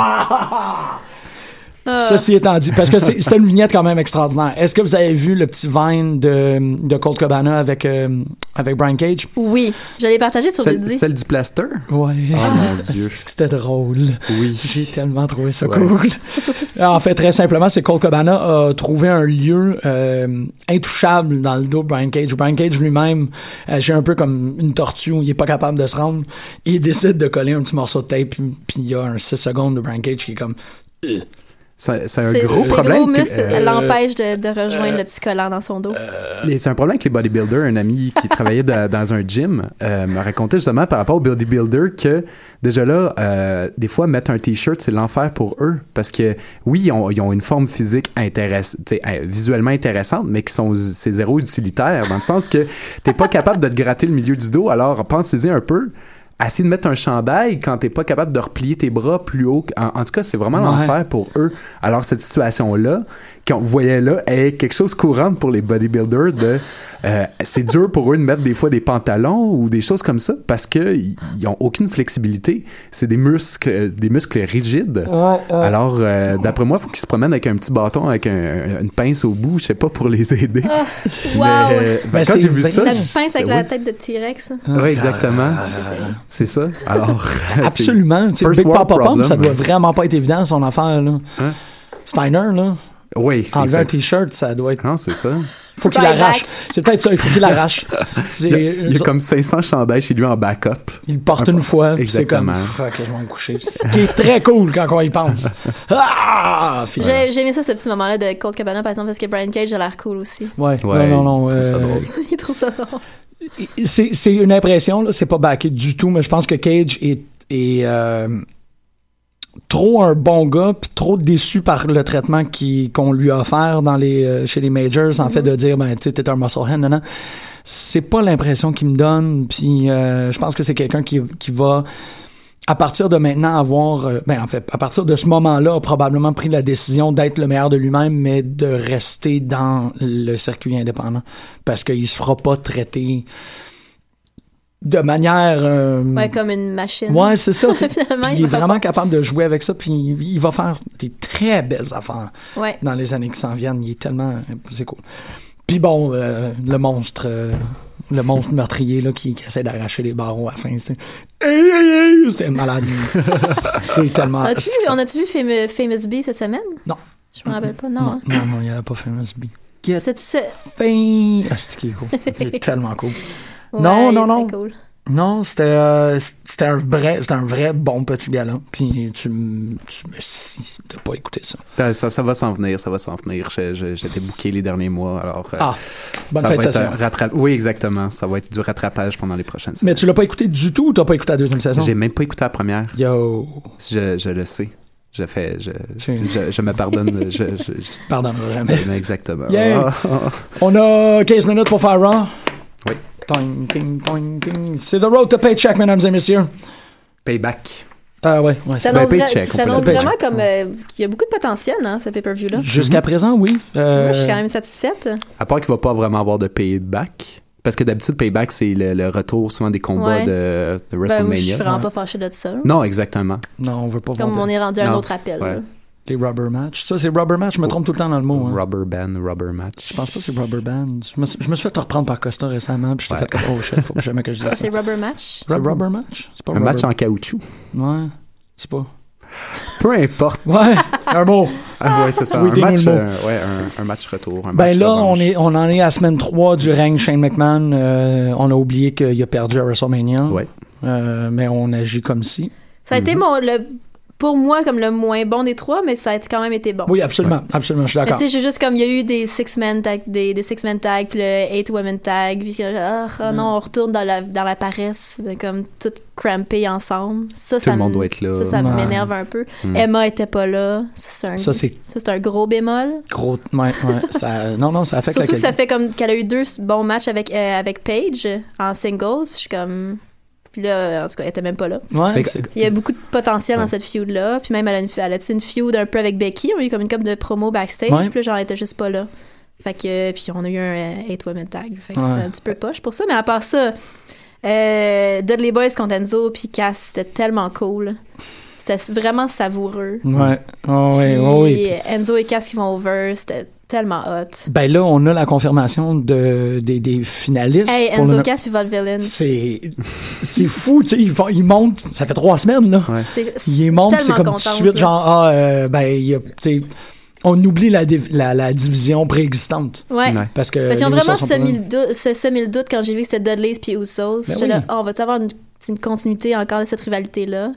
Speaker 4: ah! Ceci étant dit, parce que c'est- c'était une vignette quand même extraordinaire. Est-ce que vous avez vu le petit vine de, de Colt Cabana avec, euh, avec Brian Cage?
Speaker 5: oui, je l'ai partagé sur le
Speaker 6: Celle,
Speaker 5: dit.
Speaker 6: celle du plaster?
Speaker 4: Ouais.
Speaker 6: Oh mon dieu.
Speaker 4: Ah, C'est que C'était drôle.
Speaker 6: Oui.
Speaker 4: J'ai tellement trouvé ça
Speaker 6: Ouais.
Speaker 4: cool. en fait, très simplement, c'est Cole Cabana a trouvé un lieu euh, intouchable dans le dos de Brian Cage. Brian Cage lui-même, euh, j'ai un peu comme une tortue où il est pas capable de se rendre. Il décide de coller un petit morceau de tape, puis puis il y a un 6 secondes de Brian Cage qui est
Speaker 6: Ben,
Speaker 4: comme...
Speaker 6: C'est c'est un
Speaker 5: C'est-
Speaker 6: gros
Speaker 5: c'est
Speaker 6: problème.
Speaker 5: gros
Speaker 6: que-
Speaker 5: muscle,
Speaker 6: euh,
Speaker 5: elle l'empêche de, de rejoindre le petit collant dans son dos.
Speaker 6: Et C'est un problème avec les bodybuilders. Un ami qui travaillait dans, dans un gym euh, me racontait justement par rapport aux bodybuilders que déjà là, euh, des fois, mettre un t-shirt, c'est l'enfer pour eux. Parce que oui, ils ont, ils ont une forme physique intéress- tu sais, euh, visuellement intéressante, mais qui sont c'est zéro utilitaire, dans le sens que t'es pas capable de te gratter le milieu du dos, alors pensez-y un peu. Essayer de mettre un chandail quand t'es pas capable de replier tes bras plus haut. que- En, en tout cas, c'est vraiment
Speaker 4: Ouais.
Speaker 6: l'enfer pour eux. Alors, cette situation-là, qu'on voyait là, est quelque chose courante pour les bodybuilders de, euh, c'est dur pour eux de mettre des fois des pantalons ou des choses comme ça parce que ils ils ont aucune flexibilité. C'est des muscles, euh, des muscles rigides. Alors, euh, d'après moi, faut qu'ils se promènent avec un petit bâton, avec un- une pince au bout, je sais pas, pour les aider.
Speaker 5: wow!
Speaker 6: euh, ben,
Speaker 4: Mais
Speaker 6: quand
Speaker 4: c'est
Speaker 6: j'ai vu
Speaker 4: bien-
Speaker 6: ça,
Speaker 5: La
Speaker 6: je-
Speaker 5: petite pince avec
Speaker 6: oui.
Speaker 5: la tête de T-Rex.
Speaker 6: Oui, exactement. C'est ça. Alors, c'est-
Speaker 4: Absolument. tu sais,
Speaker 6: First
Speaker 4: Big
Speaker 6: world
Speaker 4: Papa Pump,
Speaker 6: problem.
Speaker 4: ça doit vraiment pas être évident, son affaire. Là.
Speaker 6: Hein?
Speaker 4: Steiner, là,
Speaker 6: Oui.
Speaker 4: enlever un
Speaker 6: exact- Hein?
Speaker 4: T-shirt, ça doit être...
Speaker 6: Non, c'est ça.
Speaker 4: faut qu'il
Speaker 5: Bye,
Speaker 4: l'arrache.
Speaker 5: back.
Speaker 4: C'est peut-être ça, il faut qu'il l'arrache. C'est-
Speaker 6: Il y a, il y a comme 500 chandails chez lui en backup.
Speaker 4: Ils partent une fois, puis c'est comme
Speaker 6: Exactement.
Speaker 4: fuck, je vais me coucher. Ce qui est très cool quand on y pense. Ah, fini.
Speaker 5: J'ai j'ai aimé ça, ce petit moment-là de Cold Cabana, par exemple, parce que Brian Cage a l'air cool aussi.
Speaker 4: Ouais.
Speaker 6: Ouais,
Speaker 4: non, non, non.
Speaker 6: je trouve ça
Speaker 4: euh,
Speaker 6: drôle.
Speaker 5: Il trouve ça drôle.
Speaker 4: c'est c'est une impression, là, c'est pas backé du tout, mais je pense que Cage est, est, euh, trop un bon gars, puis trop déçu par le traitement qui- qu'on lui a offert dans les, euh, chez les majors, en fait, de dire, ben, tu sais, t'es un musclehead, non, non. C'est pas l'impression qu'il me donne, puis euh, je pense que c'est quelqu'un qui, qui va, à partir de maintenant, avoir, euh, ben, en fait, à partir de ce moment-là, a probablement pris la décision d'être le meilleur de lui-même, mais de rester dans le circuit indépendant, parce qu'il se fera pas traiter de manière... euh,
Speaker 5: Ouais, comme une machine.
Speaker 4: Ouais, c'est ça. tu sais.
Speaker 5: Mmh. Finalement,
Speaker 4: Puis
Speaker 5: il
Speaker 4: il est
Speaker 5: va
Speaker 4: vraiment capable de jouer avec ça, puis il va faire des très belles affaires
Speaker 5: Ouais.
Speaker 4: dans les années qui s'en viennent. Il est tellement... C'est cool. Puis bon, euh, le monstre... euh, le monstre meurtrier là, qui, qui essaie d'arracher les barreaux à la fin. c'est- C'était malade. Ah, c'est tellement...
Speaker 5: On a-tu vu, on a-tu vu Fam- Famous Bee cette semaine?
Speaker 4: Non.
Speaker 5: Je me rappelle pas, non.
Speaker 4: Non,
Speaker 5: hein.
Speaker 4: non, non, il n'y avait pas Famous B.
Speaker 5: C'est-tu ça?
Speaker 4: Fin! Ah, c'est qui est cool. Il est tellement cool.
Speaker 5: Ouais,
Speaker 4: Non,
Speaker 5: il
Speaker 4: non,
Speaker 5: est
Speaker 4: non.
Speaker 5: très cool.
Speaker 4: Non, c'était euh, c'était un vrai c'était un vrai bon petit gars-là. Puis tu, m- tu me scies de pas écouter ça.
Speaker 6: Ça, ça- ça va s'en venir, ça va s'en venir. Je- je- J'étais bouqué les derniers mois, alors... euh,
Speaker 4: Ah, bonne
Speaker 6: ça
Speaker 4: fête
Speaker 6: va être
Speaker 4: session.
Speaker 6: un rattra- Oui, exactement. Ça va être du rattrapage pendant les prochaines
Speaker 4: Mais
Speaker 6: semaines.
Speaker 4: tu l'as pas écouté du tout ou t'as pas écouté la deuxième saison?
Speaker 6: J'ai même pas écouté la première.
Speaker 4: Yo,
Speaker 6: Je, je le sais. Je fais... Je,
Speaker 4: Tu-
Speaker 6: je, je me pardonne. je, je- je-
Speaker 4: pardonneras jamais.
Speaker 6: Exactement.
Speaker 4: Yeah.
Speaker 6: Ah, ah.
Speaker 4: On a 15 minutes pour faire Raw.
Speaker 6: Oui.
Speaker 4: Ting, ting, ting, ting. C'est The Road to Paycheck, mesdames et messieurs.
Speaker 6: Payback.
Speaker 4: Ah ouais, ouais.
Speaker 5: Ça
Speaker 6: Ben,
Speaker 5: annonce, vra-
Speaker 6: paycheck, on
Speaker 5: ça annonce
Speaker 6: peut dire.
Speaker 5: vraiment comme euh, qu'il y a beaucoup de potentiel, hein, ce pay-per-view-là.
Speaker 4: Jusqu'à présent, oui. Euh,
Speaker 5: Moi, je suis quand même satisfaite.
Speaker 6: À part qu'il va pas vraiment avoir de payback. Parce que d'habitude, payback, c'est le, le retour souvent des combats
Speaker 5: Ouais.
Speaker 6: de, de
Speaker 5: Ben, moi, je suis
Speaker 6: WrestleMania.
Speaker 5: vraiment pas fâchée de ça. là.
Speaker 6: non, exactement.
Speaker 4: Non, on veut pas
Speaker 5: Comme
Speaker 4: voir
Speaker 5: on est rendu à un
Speaker 6: Non.
Speaker 5: autre appel.
Speaker 6: Ouais.
Speaker 5: là.
Speaker 4: les rubber match. Ça, c'est rubber match. Je me trompe tout le temps dans le mot. hein.
Speaker 6: Rubber band, rubber match.
Speaker 4: Je pense pas que c'est rubber band. Je me, suis- je me suis fait reprendre par Costa récemment, puis je t'ai
Speaker 6: Ouais.
Speaker 4: fait comme, oh shit, faut jamais que je dise ça.
Speaker 5: C'est Rubber Match.
Speaker 4: C'est rubber match? C'est pas
Speaker 6: Un match en caoutchouc.
Speaker 4: Ouais. C'est pas.
Speaker 6: Peu importe.
Speaker 4: Ouais, un mot.
Speaker 6: Ah ouais, c'est ça.
Speaker 4: Oui,
Speaker 6: un,
Speaker 4: dis-nous
Speaker 6: match,
Speaker 4: le mot.
Speaker 6: euh, ouais, un, un match retour. un
Speaker 4: Ben
Speaker 6: match
Speaker 4: là, on,
Speaker 6: revanche.
Speaker 4: est, on en est à semaine 3 du règne Shane McMahon. Euh, on a oublié qu'il a perdu à WrestleMania.
Speaker 6: Ouais.
Speaker 4: Euh, mais on agit comme si.
Speaker 5: Ça a été mon, le, pour moi comme le moins bon des trois, mais ça a été- quand même été bon.
Speaker 4: Oui, absolument. Absolument, je suis
Speaker 5: Mais tu
Speaker 4: d'accord.
Speaker 5: sais, j'ai juste comme, il y a eu des six-man tag, des, des six-man tag, puis le eight-women tag, puis ah, ah
Speaker 6: Mm.
Speaker 5: non, on retourne dans la, dans la paresse, de comme tout crampé ensemble. Ça,
Speaker 6: Tout
Speaker 5: ça
Speaker 6: le
Speaker 5: me-
Speaker 6: monde doit être là.
Speaker 5: Ça, ça
Speaker 4: Ouais.
Speaker 5: m'énerve un peu.
Speaker 6: Mm.
Speaker 5: Emma était pas là. Ça, c'est un,
Speaker 4: Ça, c'est
Speaker 5: ça, c'est un gros bémol.
Speaker 4: gros. Ouais, ouais. Ça, non, non, ça affecte
Speaker 5: Surtout
Speaker 4: la
Speaker 5: que ça
Speaker 4: qualité.
Speaker 5: fait comme qu'elle a eu deux bons matchs avec, euh, avec Paige en singles. Je suis comme, Puis là, en tout cas, elle était même pas là.
Speaker 4: Ouais,
Speaker 6: Fait que-
Speaker 5: Il y a beaucoup de potentiel
Speaker 6: Ouais.
Speaker 5: dans cette feud-là. Puis même, elle a, une, elle a tu sais, une feud un peu avec Becky. On a eu comme une couple de promo backstage.
Speaker 4: Ouais.
Speaker 5: Puis là, genre, elle était juste pas là. Fait que, puis on a eu un 8 women tag. Fait que
Speaker 4: Ouais.
Speaker 5: c'est un petit peu poche pour ça. Mais à part ça, euh, Dudley Boys contre Enzo puis Cass, c'était tellement cool. C'était vraiment savoureux.
Speaker 4: ouais, Ah ouais,
Speaker 5: Puis euh,
Speaker 4: ouais, ouais.
Speaker 5: Enzo et Cass qui vont over, c'était tellement hot.
Speaker 4: Ben là, on a la confirmation de, des, des finalistes.
Speaker 5: Hey,
Speaker 4: pour le
Speaker 5: Enzo,
Speaker 4: no-
Speaker 5: Cass puis Von Villain.
Speaker 4: C'est c'est fou, tu sais, ils, vont- ils montent, ça fait trois semaines, là.
Speaker 6: Ouais.
Speaker 5: C'est-
Speaker 4: Ils
Speaker 5: je
Speaker 4: montent,
Speaker 5: suis
Speaker 4: c'est comme
Speaker 5: tellement
Speaker 4: tout de
Speaker 5: contente,
Speaker 4: suite,
Speaker 5: là.
Speaker 4: genre, ah, euh, ben, il y a, tu sais, on oublie la, div- la, la division préexistante.
Speaker 5: Ouais.
Speaker 6: Ouais.
Speaker 4: Parce que.
Speaker 5: Parce qu'ils ont
Speaker 4: Euh, les
Speaker 5: vraiment
Speaker 4: Usos sont pas
Speaker 5: semé
Speaker 4: là.
Speaker 5: le, dou- se- semé le doute quand j'ai vu que c'était Dudley's puis Usos.
Speaker 4: Ben
Speaker 5: J'étais
Speaker 4: oui.
Speaker 5: là, oh, on va-tu avoir une, une continuité encore de cette rivalité-là?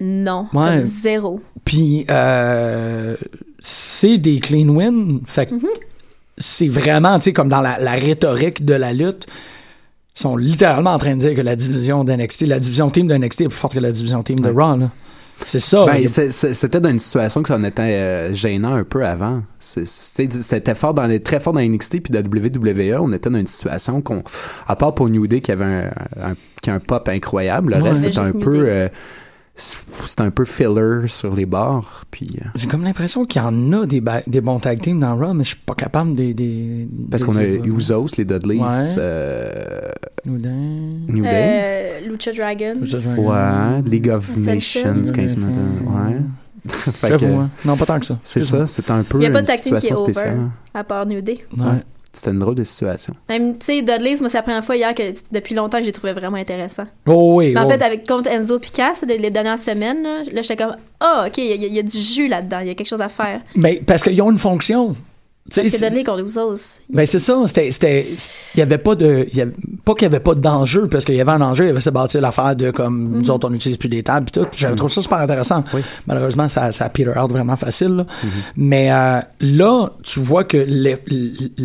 Speaker 5: Non.
Speaker 4: Ouais.
Speaker 5: Comme zéro.
Speaker 4: Puis, euh, c'est des clean wins. Fait que
Speaker 5: Mm-hmm.
Speaker 4: c'est vraiment, tu sais, comme dans la, la rhétorique de la lutte, ils sont littéralement en train de dire que la division d'NXT, la division team d'NXT est plus forte que la division team de Raw, là. C'est ça.
Speaker 6: Ben,
Speaker 4: il y a-
Speaker 6: c'est- c'est- c'était dans une situation que ça en était euh, gênant un peu avant. C'est- c'est- C'était fort dans les, très fort dans NXT puis la WWE, on était dans une situation qu'on, à part pour New Day qui avait un, un- qui a un pop incroyable, le
Speaker 4: Ouais.
Speaker 6: reste
Speaker 5: Ouais,
Speaker 6: c'est un
Speaker 5: juste New
Speaker 6: peu,
Speaker 5: Day.
Speaker 6: euh, c'est c'est un peu filler sur les bords. Puis euh,
Speaker 4: J'ai comme l'impression qu'il y en a des, ba- des bons tag teams dans Raw, mais je suis pas capable des. des
Speaker 6: parce qu'on a Usos, les Dudleys,
Speaker 4: Ouais.
Speaker 6: euh,
Speaker 4: Noudin.
Speaker 6: New Day,
Speaker 5: Euh, Lucha Dragon.
Speaker 4: Lucha Dragon.
Speaker 6: ouais, League of
Speaker 5: Ascension.
Speaker 6: Nations, 15 minutes, ouais. Fait que,
Speaker 4: J'avoue, hein. Non, pas tant que ça.
Speaker 6: C'est ça, c'était un peu
Speaker 5: Il y a pas de
Speaker 6: une
Speaker 5: tag team qui est
Speaker 6: situation
Speaker 5: over.
Speaker 6: spéciale.
Speaker 5: À part New Day.
Speaker 4: Ouais.
Speaker 6: Ouais. C'était une drôle de situation.
Speaker 5: Même, tu sais, Dudley's, moi, c'est la première fois hier que, depuis longtemps que j'ai trouvé vraiment intéressant.
Speaker 4: Oh oui.
Speaker 5: Mais en
Speaker 4: oh.
Speaker 5: fait, avec contre Enzo Picasso, les, les dernières semaines, là, là, j'étais comme, ah, OK, il y, a- il y a du jus là-dedans, il y a quelque chose à faire.
Speaker 4: Mais parce qu'ils ont une fonction. Tu sais,
Speaker 5: Parce que
Speaker 4: c'est-
Speaker 5: Dudley contre Usos,
Speaker 4: Ben c'est ça, c'était c'était il y avait pas de il y avait, pas qu'il y avait pas d'enjeu parce qu'il y avait un enjeu, il y avait se bâtir l'affaire de comme
Speaker 5: Mhm.
Speaker 4: nous autres on n'utilise plus des tables puis tout. Puis J'avais trouvé ça super intéressant. Malheureusement ça ça peter out vraiment facile. là. Mais euh, là, tu vois que l'é-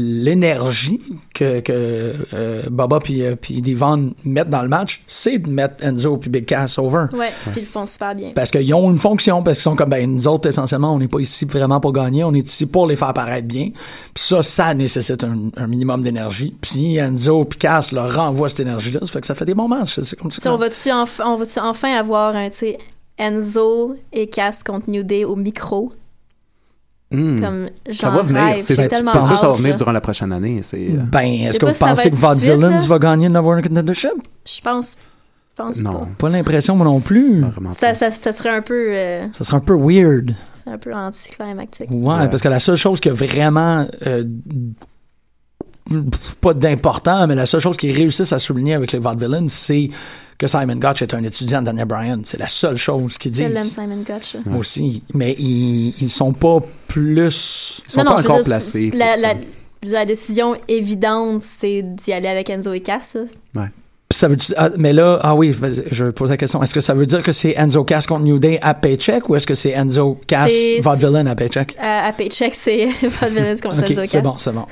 Speaker 4: l'énergie que que euh, Baba puis euh, puis Devon mettent dans le match, c'est de mettre Enzo puis Big Cass over.
Speaker 5: ouais, puis ils le font super bien.
Speaker 4: Parce qu'ils ont une fonction, parce qu'ils sont comme, ben, nous autres, essentiellement, on n'est pas ici vraiment pour gagner, on est ici pour les faire paraître bien. Puis ça, ça nécessite un, un minimum d'énergie. Puis Enzo, puis Cass leur renvoie cette énergie-là, ça fait que ça fait des bons matchs. C'est comme ça.
Speaker 5: Tu sais,
Speaker 6: Ah.
Speaker 5: on va-tu enf- on va-tu enfin avoir un, tu sais, Enzo et Cass contre New Day au micro?
Speaker 6: Hmm.
Speaker 5: Comme,
Speaker 6: Ça
Speaker 5: j'en
Speaker 6: va venir.
Speaker 5: rêve,
Speaker 6: C'est
Speaker 5: j'ai
Speaker 6: sûr,
Speaker 5: tellement
Speaker 6: c'est sûr,
Speaker 5: hâte,
Speaker 6: ça va venir
Speaker 5: là.
Speaker 6: durant la prochaine année. C'est euh,
Speaker 4: Ben, est-ce
Speaker 5: sais
Speaker 4: que
Speaker 5: pas
Speaker 4: vous
Speaker 5: si ça va
Speaker 4: pensez
Speaker 5: être
Speaker 4: que
Speaker 5: tout de
Speaker 4: Von
Speaker 5: suite,
Speaker 4: Villains
Speaker 5: là.
Speaker 4: va gagner le Number One Contendership?
Speaker 5: Je pense, je pense
Speaker 6: non,
Speaker 4: Pas l'impression, moi non plus.
Speaker 6: pas vraiment.
Speaker 5: pas. Ça, ça, ça serait un peu, euh,
Speaker 4: Ça serait un peu weird.
Speaker 5: c'est un peu anticlimactique.
Speaker 4: Ouais,
Speaker 6: Euh,
Speaker 4: parce que la seule chose qui a vraiment euh, pff, pas d'important, mais la seule chose qu'ils réussissent à souligner avec les vaudevillains, c'est que Simon Gotch est un étudiant de Daniel Bryan. C'est la seule chose qu'ils
Speaker 5: Je l'aime,
Speaker 4: disent.
Speaker 5: Simon Gotch. là.
Speaker 4: Moi aussi. Mais ils, ils sont pas plus.
Speaker 6: Ils sont
Speaker 5: Non, non, je
Speaker 6: pas
Speaker 5: veux
Speaker 6: encore
Speaker 5: dire,
Speaker 6: placés.
Speaker 5: c'est- La,
Speaker 6: pour
Speaker 5: la,
Speaker 6: ça.
Speaker 5: je veux dire, la décision évidente, c'est d'y aller avec Enzo et Cass. là.
Speaker 6: Bah,
Speaker 4: Pis Ça veut dire- ah, mais là, ah oui, vas-y, je pose la question. Est-ce que ça veut dire que c'est Enzo Cass contre New Day à paycheck ou est-ce que c'est Enzo Cass
Speaker 5: C'est-
Speaker 4: vaudevillain à paycheck?
Speaker 5: À, à Paycheck, c'est Von Villains contre Enzo
Speaker 4: Ok, c'est
Speaker 5: et Cass.
Speaker 4: bon, c'est bon.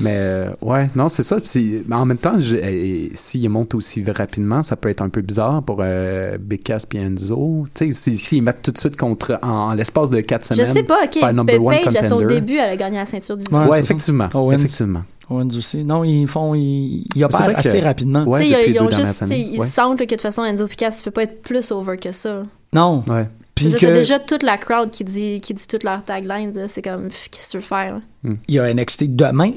Speaker 6: Mais euh, ouais, non, c'est ça. Puis, mais en même temps, j'ai- et s'ils montent aussi rapidement, ça peut être un peu bizarre pour euh, Big Cass et Enzo. Tu sais, si- s'ils mettent tout de suite contre en, en l'espace de quatre
Speaker 5: Je
Speaker 6: semaines.
Speaker 5: sais pas, OK,
Speaker 6: faire number one
Speaker 5: Paige, à son
Speaker 6: contender.
Speaker 5: début, elle a gagné la ceinture du
Speaker 4: Ouais,
Speaker 6: Ouais,
Speaker 4: c'est ça.
Speaker 6: effectivement.
Speaker 4: Owens.
Speaker 6: Effectivement.
Speaker 4: Owens aussi. Non, ils font, ils, ils opèrent
Speaker 6: vrai que-
Speaker 4: assez rapidement.
Speaker 6: Ouais,
Speaker 5: Tu sais,
Speaker 6: depuis
Speaker 5: ils,
Speaker 6: les
Speaker 5: ont
Speaker 6: deux dernières
Speaker 5: juste, tu sais,
Speaker 6: années.
Speaker 5: ils
Speaker 6: Ouais.
Speaker 5: sentent là, que de toute façon, Enzo Picasso peut pas être plus over que ça.
Speaker 4: Non.
Speaker 6: Ouais.
Speaker 4: Puis
Speaker 5: C'est
Speaker 4: que-
Speaker 5: déjà toute la crowd qui dit, qui dit toute leur tagline. là. C'est comme, pff, qu'est-ce que tu veux faire? là?
Speaker 4: il y a NXT demain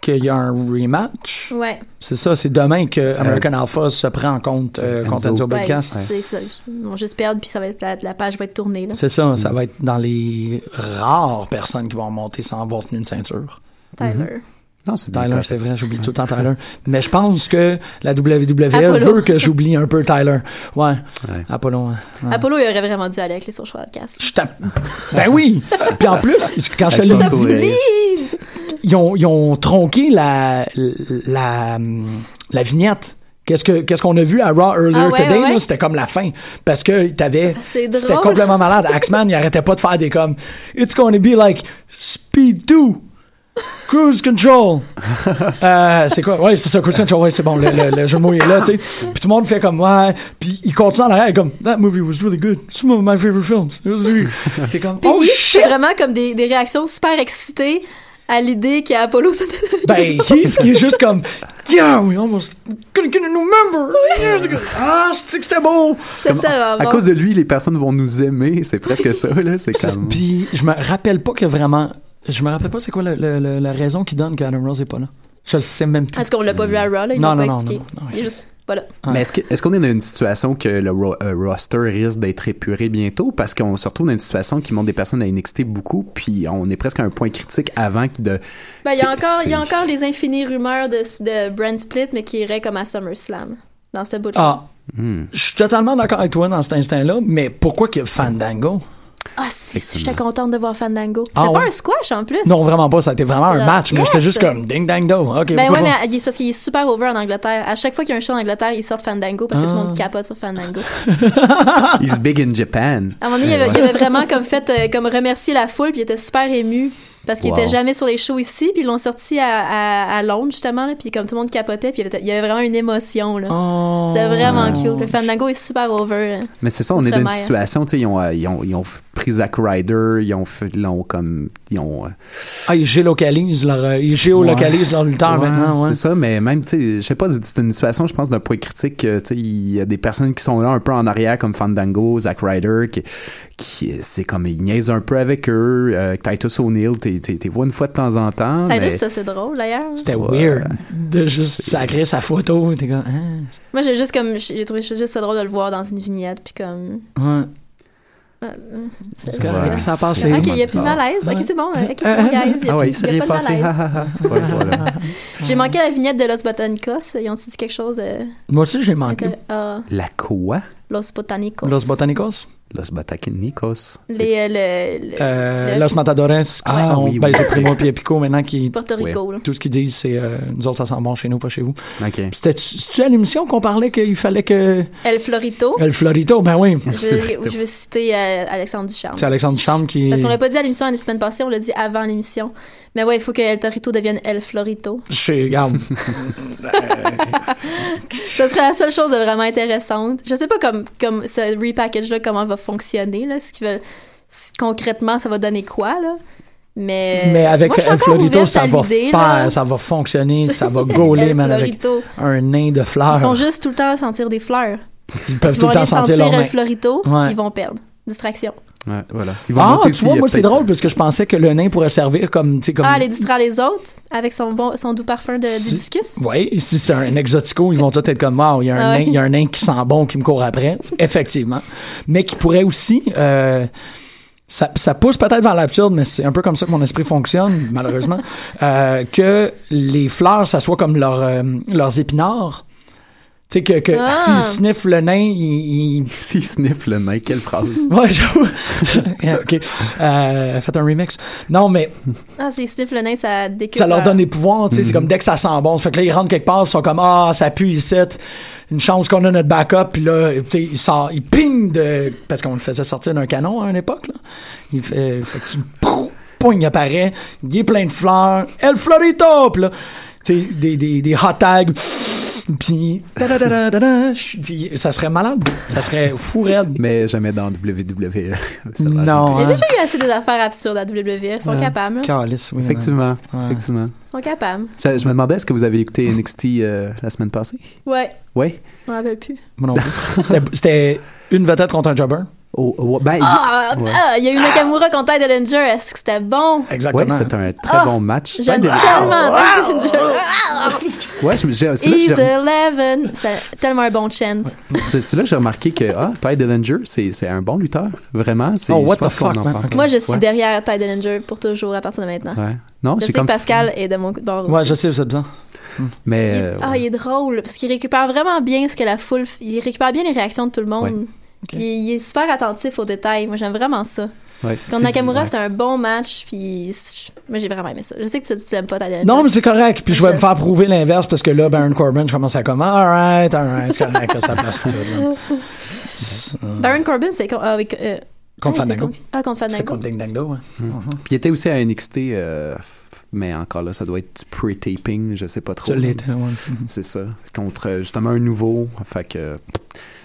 Speaker 4: qu'il y a un rematch.
Speaker 5: Ouais,
Speaker 4: C'est ça, c'est demain que American Alpha se prend en compte euh, contre
Speaker 6: Euh, Enzo.
Speaker 4: Enzo
Speaker 5: ouais,
Speaker 4: Podcast.
Speaker 5: c'est- c'est ça. Ils vont juste perdre, puis ça va être, la, la page va être tournée. Là.
Speaker 4: C'est ça, ça va être dans les rares personnes qui vont monter sans avoir tenu une ceinture.
Speaker 5: Tyler.
Speaker 6: Non, c'est bien.
Speaker 4: Tyler,
Speaker 6: correct.
Speaker 4: c'est vrai, j'oublie tout le temps Tyler. Mais je pense que la WWE
Speaker 5: Apollo.
Speaker 4: veut que j'oublie un peu Tyler. Ouais,
Speaker 6: Ouais.
Speaker 4: Apollo. hein. Ouais.
Speaker 5: Apollo, il aurait vraiment dû aller avec les surchois de casse.
Speaker 4: Je tape. Ben oui! Puis en plus, quand je te
Speaker 6: Avec
Speaker 4: l'ai
Speaker 6: son
Speaker 4: dit,
Speaker 6: sourire.
Speaker 4: ils ont, ils ont tronqué la, la, la vignette. Qu'est-ce que qu'est-ce qu'on a vu à Raw earlier
Speaker 5: Ah ouais,
Speaker 4: today
Speaker 5: ouais, ouais. Ah,
Speaker 4: là, c'était comme la fin parce que t'avais
Speaker 5: C'est drôle.
Speaker 4: c'était complètement malade. Axman il arrêtait pas de faire des comme it's gonna be like speed 2 cruise control. Euh, c'est quoi Ouais, c'est ça cruise control. Ouais, c'est bon le, le, le jeu de mots est là, tu sais. Puis tout le monde fait comme ouais, puis il continue en arrière comme that movie was really good. It's one of my favorite films. It was really. T'es comme
Speaker 5: Puis,
Speaker 4: oh
Speaker 5: c'est
Speaker 4: shit.
Speaker 5: vraiment comme des, des réactions super excitées à l'idée qu'Apollo...
Speaker 4: Ben, Heath, qui est juste comme yeah, we almost couldn't get a new member. Yeah. Ah, c'est que c'était beau.
Speaker 5: C'est tellement
Speaker 6: À
Speaker 5: bon.
Speaker 6: cause de lui, les personnes vont nous aimer. C'est presque ça, là. C'est comme...
Speaker 4: Puis je me rappelle pas que vraiment, je me rappelle pas c'est quoi le- le- le- la raison qui donne qu'Adam Rose est pas là. Je sais même plus.
Speaker 5: Parce qu'on l'a pas vu à Raw, là, il
Speaker 4: Non,
Speaker 5: l'a pas
Speaker 4: non, non,
Speaker 5: expliqué.
Speaker 4: non, non,
Speaker 5: Il est juste pas là.
Speaker 6: Mais est-ce que- est-ce qu'on est, dans une situation que le ro- euh, roster risque d'être épuré bientôt? Parce qu'on se retrouve dans une situation qui monte des personnes à NXT beaucoup, puis on est presque à un point critique avant que de.
Speaker 5: Ben, il y a
Speaker 6: que-
Speaker 5: encore, il y a
Speaker 6: c'est-
Speaker 5: encore les infinies rumeurs de, de brand split, mais qui irait comme à SummerSlam, dans ce bout-là.
Speaker 4: Ah,
Speaker 6: Hmm.
Speaker 4: je suis totalement d'accord avec toi dans cet instant-là, mais pourquoi qu'il y a Fandango?
Speaker 5: Ah, si, si,
Speaker 6: Excellent.
Speaker 5: j'étais contente de voir Fandango. C'était
Speaker 4: Ah,
Speaker 5: pas
Speaker 4: ouais.
Speaker 5: un squash en plus.
Speaker 4: Non, vraiment pas. Ça a été vraiment
Speaker 5: C'est
Speaker 4: un
Speaker 5: la
Speaker 4: match. Moi,
Speaker 5: pièce.
Speaker 4: j'étais juste comme ding dang do. Ok.
Speaker 5: Ben ouais, mais il- c'est parce qu'il est super over en Angleterre. À chaque fois qu'il y a un show en Angleterre, ils sortent Fandango parce que tout le monde capote sur Fandango.
Speaker 6: He's big in Japan.
Speaker 5: À un moment donné, il avait, il avait vraiment comme fait, euh, comme remercier la foule, puis il était super ému parce qu'il
Speaker 6: Wow.
Speaker 5: était jamais sur les shows ici, puis ils l'ont sorti à, à, à Londres justement, là, puis comme tout le monde capotait, puis il y avait, il y avait vraiment une émotion là.
Speaker 4: Oh.
Speaker 5: C'était vraiment cute. Le Fandango est super over. hein.
Speaker 6: Mais c'est ça, on est dans une
Speaker 5: Outre-mer.
Speaker 6: situation, tu sais, ils ont, euh, ils ont, ils ont f- pris Zack Ryder, ils ont fait, ils ont comme, ils ont. euh,
Speaker 4: Ah, ils géolocalisent leur, euh, ils géolocalisent leur lutteur
Speaker 6: ouais,
Speaker 4: maintenant. Ouais.
Speaker 6: C'est ça, mais même, tu sais, je sais pas, c'est une situation, je pense, d'un point critique, euh, tu sais, il y a des personnes qui sont là un peu en arrière, comme Fandango, Zack Ryder, qui, qui c'est comme, ils niaisent un peu avec eux, euh, Titus O'Neill, t'es, t'es, t'es vois une fois de temps en temps,
Speaker 5: Titus,
Speaker 6: Ah, mais
Speaker 5: ça c'est drôle d'ailleurs.
Speaker 4: C'était
Speaker 6: Ouais.
Speaker 4: weird de juste sacrer sa photo. T'es comme, hein,
Speaker 5: Moi j'ai juste comme j'ai trouvé juste ça drôle de le voir dans une vignette puis comme.
Speaker 4: ouais.
Speaker 5: euh, euh, c'est-
Speaker 4: Ouais.
Speaker 5: c'est-
Speaker 4: Ça a passé.
Speaker 6: Ouais.
Speaker 5: Ok, il n'y a plus de
Speaker 6: bizarre.
Speaker 5: malaise. Ok, c'est bon. euh, Ok, c'est bon, guys. Il y a
Speaker 6: ah
Speaker 5: plus-
Speaker 6: ouais, il
Speaker 5: il
Speaker 6: s'est
Speaker 5: y a
Speaker 6: rien
Speaker 5: pas de
Speaker 6: passé,
Speaker 5: malaise.
Speaker 6: ha, ha, ha. Ouais, voilà.
Speaker 5: J'ai manqué la vignette de Los Botanicos. Ils ont dit quelque chose. euh,
Speaker 4: Moi aussi, j'ai manqué.
Speaker 5: intér- ah,
Speaker 6: La quoi?
Speaker 5: Los Botanicos.
Speaker 4: Los Botanicos,
Speaker 6: Los Batakinikos.
Speaker 5: Les, euh, le- le-
Speaker 4: euh,
Speaker 5: Le-
Speaker 4: Los Matadores, qui
Speaker 6: Ah,
Speaker 4: sont ben,
Speaker 6: oui, oui.
Speaker 4: Benzo Primo et Pico maintenant, qui
Speaker 5: Porto Rico. là.
Speaker 4: tout ce qu'ils disent, c'est euh, nous autres, ça sent bon chez nous, pas chez vous.
Speaker 6: OK.
Speaker 4: Puis C'était-tu c'est-tu à l'émission qu'on parlait qu'il fallait que
Speaker 5: El Florito.
Speaker 4: le Florito, ben oui,
Speaker 5: Je vais, je vais citer euh, Alexandre Ducharme.
Speaker 4: c'est Alexandre Chambre qui.
Speaker 5: Parce qu'on l'a pas dit à l'émission la semaine passée, on l'a dit avant l'émission. Mais ouais, il faut que El Torito devienne El Florito.
Speaker 4: Chez, regarde,
Speaker 5: Euh, Ça serait la seule chose de vraiment intéressante. Je sais pas comme, comme ce repackage-là, comment va fonctionner, là, ce qui va, si- concrètement, ça va donner quoi, là. Mais,
Speaker 4: mais avec
Speaker 5: Moi, je suis
Speaker 4: El
Speaker 5: encore
Speaker 4: Florito,
Speaker 5: ouverte
Speaker 4: ça
Speaker 5: à
Speaker 4: va
Speaker 5: l'idée,
Speaker 4: faire,
Speaker 5: là.
Speaker 4: ça va fonctionner, ça va
Speaker 5: El
Speaker 4: gauler, man, avec
Speaker 5: Florito.
Speaker 4: un nain de
Speaker 5: Ils font
Speaker 4: fleurs.
Speaker 5: juste tout le temps sentir des fleurs.
Speaker 4: Ils peuvent
Speaker 5: Ils
Speaker 4: tout
Speaker 5: vont
Speaker 4: le temps
Speaker 5: les
Speaker 4: sentir
Speaker 5: sentir
Speaker 4: leurs
Speaker 5: El
Speaker 4: mains.
Speaker 5: Florito,
Speaker 4: Ouais.
Speaker 5: ils vont perdre. Distraction.
Speaker 6: Ouais, voilà. Ils
Speaker 4: Ah, tu
Speaker 6: monter aussi,
Speaker 4: vois,
Speaker 6: il y a
Speaker 4: moi, c'est
Speaker 6: peut-être-
Speaker 4: drôle, parce que je pensais que le nain pourrait servir comme, tu sais, comme.
Speaker 5: Ah, les distraire les autres avec son, bon, son doux parfum de
Speaker 4: Si-
Speaker 5: d'hibiscus.
Speaker 4: Oui, si c'est un exotico, ils vont tous être comme wow, il y a un
Speaker 5: Ah
Speaker 4: nain,
Speaker 5: ouais.
Speaker 4: il y a un nain qui sent bon qui me court après, effectivement. Mais qui pourrait aussi euh, ça, ça pousse peut-être vers l'absurde, mais c'est un peu comme ça que mon esprit fonctionne, malheureusement. euh, que les fleurs, ça soit comme leur, euh, leurs épinards. Tu sais, que, que
Speaker 5: Ah.
Speaker 4: s'ils sniffent le nain, ils, ils-
Speaker 6: S'il sniffe le nez, quelle phrase.
Speaker 4: Ouais, j'avoue. OK. Euh, faites un remix. Non, mais
Speaker 5: Ah, c'est sniff le nain, ça décure.
Speaker 4: ça leur donne des pouvoirs, tu sais,
Speaker 6: Mhm.
Speaker 4: c'est comme dès que ça sent bon. Fait que là, ils rentrent quelque part, ils sont comme, ah, ça pue ici, une chance qu'on a notre backup, puis là, tu sais, ils sortent, ils pingent de, parce qu'on le faisait sortir d'un canon à une époque, là. Il fait, fait que tu, pouf, poing, il apparaît, il est plein de fleurs, El Florito, puis là, tu sais, des, des, des hot tags, puis, ta-da-da-da-da-da, puis ça serait malade, ça serait fou raide.
Speaker 6: Mais jamais dans WWE. ça va
Speaker 4: Non,
Speaker 5: Il y
Speaker 4: hein.
Speaker 5: a déjà eu assez des affaires absurdes à WWE. Ils sont capables. là.
Speaker 4: Calice, oui,
Speaker 6: Effectivement, effectivement.
Speaker 5: Ils sont capables.
Speaker 6: Je, je me demandais, est-ce que vous avez écouté NXT euh, la semaine passée?
Speaker 5: Ouais,
Speaker 6: Oui.
Speaker 5: je me rappelle plus.
Speaker 4: man. Moi non plus. C'était- C'était une vedette contre un jobber.
Speaker 6: Oh, oh, ben, il-
Speaker 5: Ah,
Speaker 6: Ouais.
Speaker 5: ah, il y a eu Nakamura contre Ted Ellinger. Est-ce que c'était bon?
Speaker 6: ouais,
Speaker 4: Exactement.
Speaker 6: c'est un
Speaker 5: Ah!
Speaker 6: très bon match.
Speaker 5: J'aime
Speaker 6: Ben,
Speaker 5: tellement Ted Ellinger.
Speaker 6: Ouais, je- j'ai- c'est là que
Speaker 5: He's
Speaker 6: j'ai-
Speaker 5: 11. C'est tellement un bon chant.
Speaker 6: c'est- c'est là que j'ai remarqué que ah, Ty Dillinger, c'est c'est un bon lutteur. Vraiment. c'est-
Speaker 4: Oh, what
Speaker 6: je pense
Speaker 4: the
Speaker 6: qu'on
Speaker 4: fuck,
Speaker 6: en
Speaker 4: man.
Speaker 6: parle.
Speaker 4: Ok.
Speaker 5: Moi, je suis
Speaker 6: Ouais.
Speaker 5: derrière Ted Ellinger pour toujours à partir de maintenant.
Speaker 6: Ouais. Non,
Speaker 5: Je
Speaker 6: j'ai
Speaker 5: sais
Speaker 6: comme.
Speaker 5: que Pascal est de mon bord
Speaker 4: Ouais,
Speaker 5: aussi.
Speaker 4: je sais, vous êtes bien.
Speaker 6: Mais.
Speaker 5: Il-
Speaker 6: euh,
Speaker 5: Ah,
Speaker 6: ouais.
Speaker 5: il est drôle parce qu'il récupère vraiment bien ce que la foule. f- Il récupère bien les réactions de tout le monde.
Speaker 6: Ouais.
Speaker 4: Ok.
Speaker 5: Il, il est super attentif aux détails. Moi, j'aime vraiment ça.
Speaker 6: Ouais.
Speaker 5: Contre
Speaker 6: C'est-
Speaker 5: Nakamura,
Speaker 6: ouais.
Speaker 5: c'était un bon match. Puis, c- moi, j'ai vraiment aimé ça. Je sais que tu, tu l'aimes pas, ta dernière.
Speaker 4: Non, mais c'est correct. Puis je vais
Speaker 5: Je-
Speaker 4: me faire prouver l'inverse parce que là, Baron Corbin, je commence à comme, alright, alright, c'est correct, là, ça place pour tout. là. C'est- euh,
Speaker 5: Baron Corbin, c'est. con- Ah, oui, co- euh,
Speaker 4: Contre
Speaker 5: ah, il était
Speaker 4: Fandango.
Speaker 5: contre- Ah, contre
Speaker 4: C'est
Speaker 5: Fandango.
Speaker 4: contre Ding Dang Do, ouais.
Speaker 6: Puis il était aussi à NXT, euh, f- mais encore là, ça doit être du pre-taping, je sais pas trop.
Speaker 4: Ça l'était, ouais.
Speaker 6: C'est ça. Contre euh, justement un nouveau. Fait que.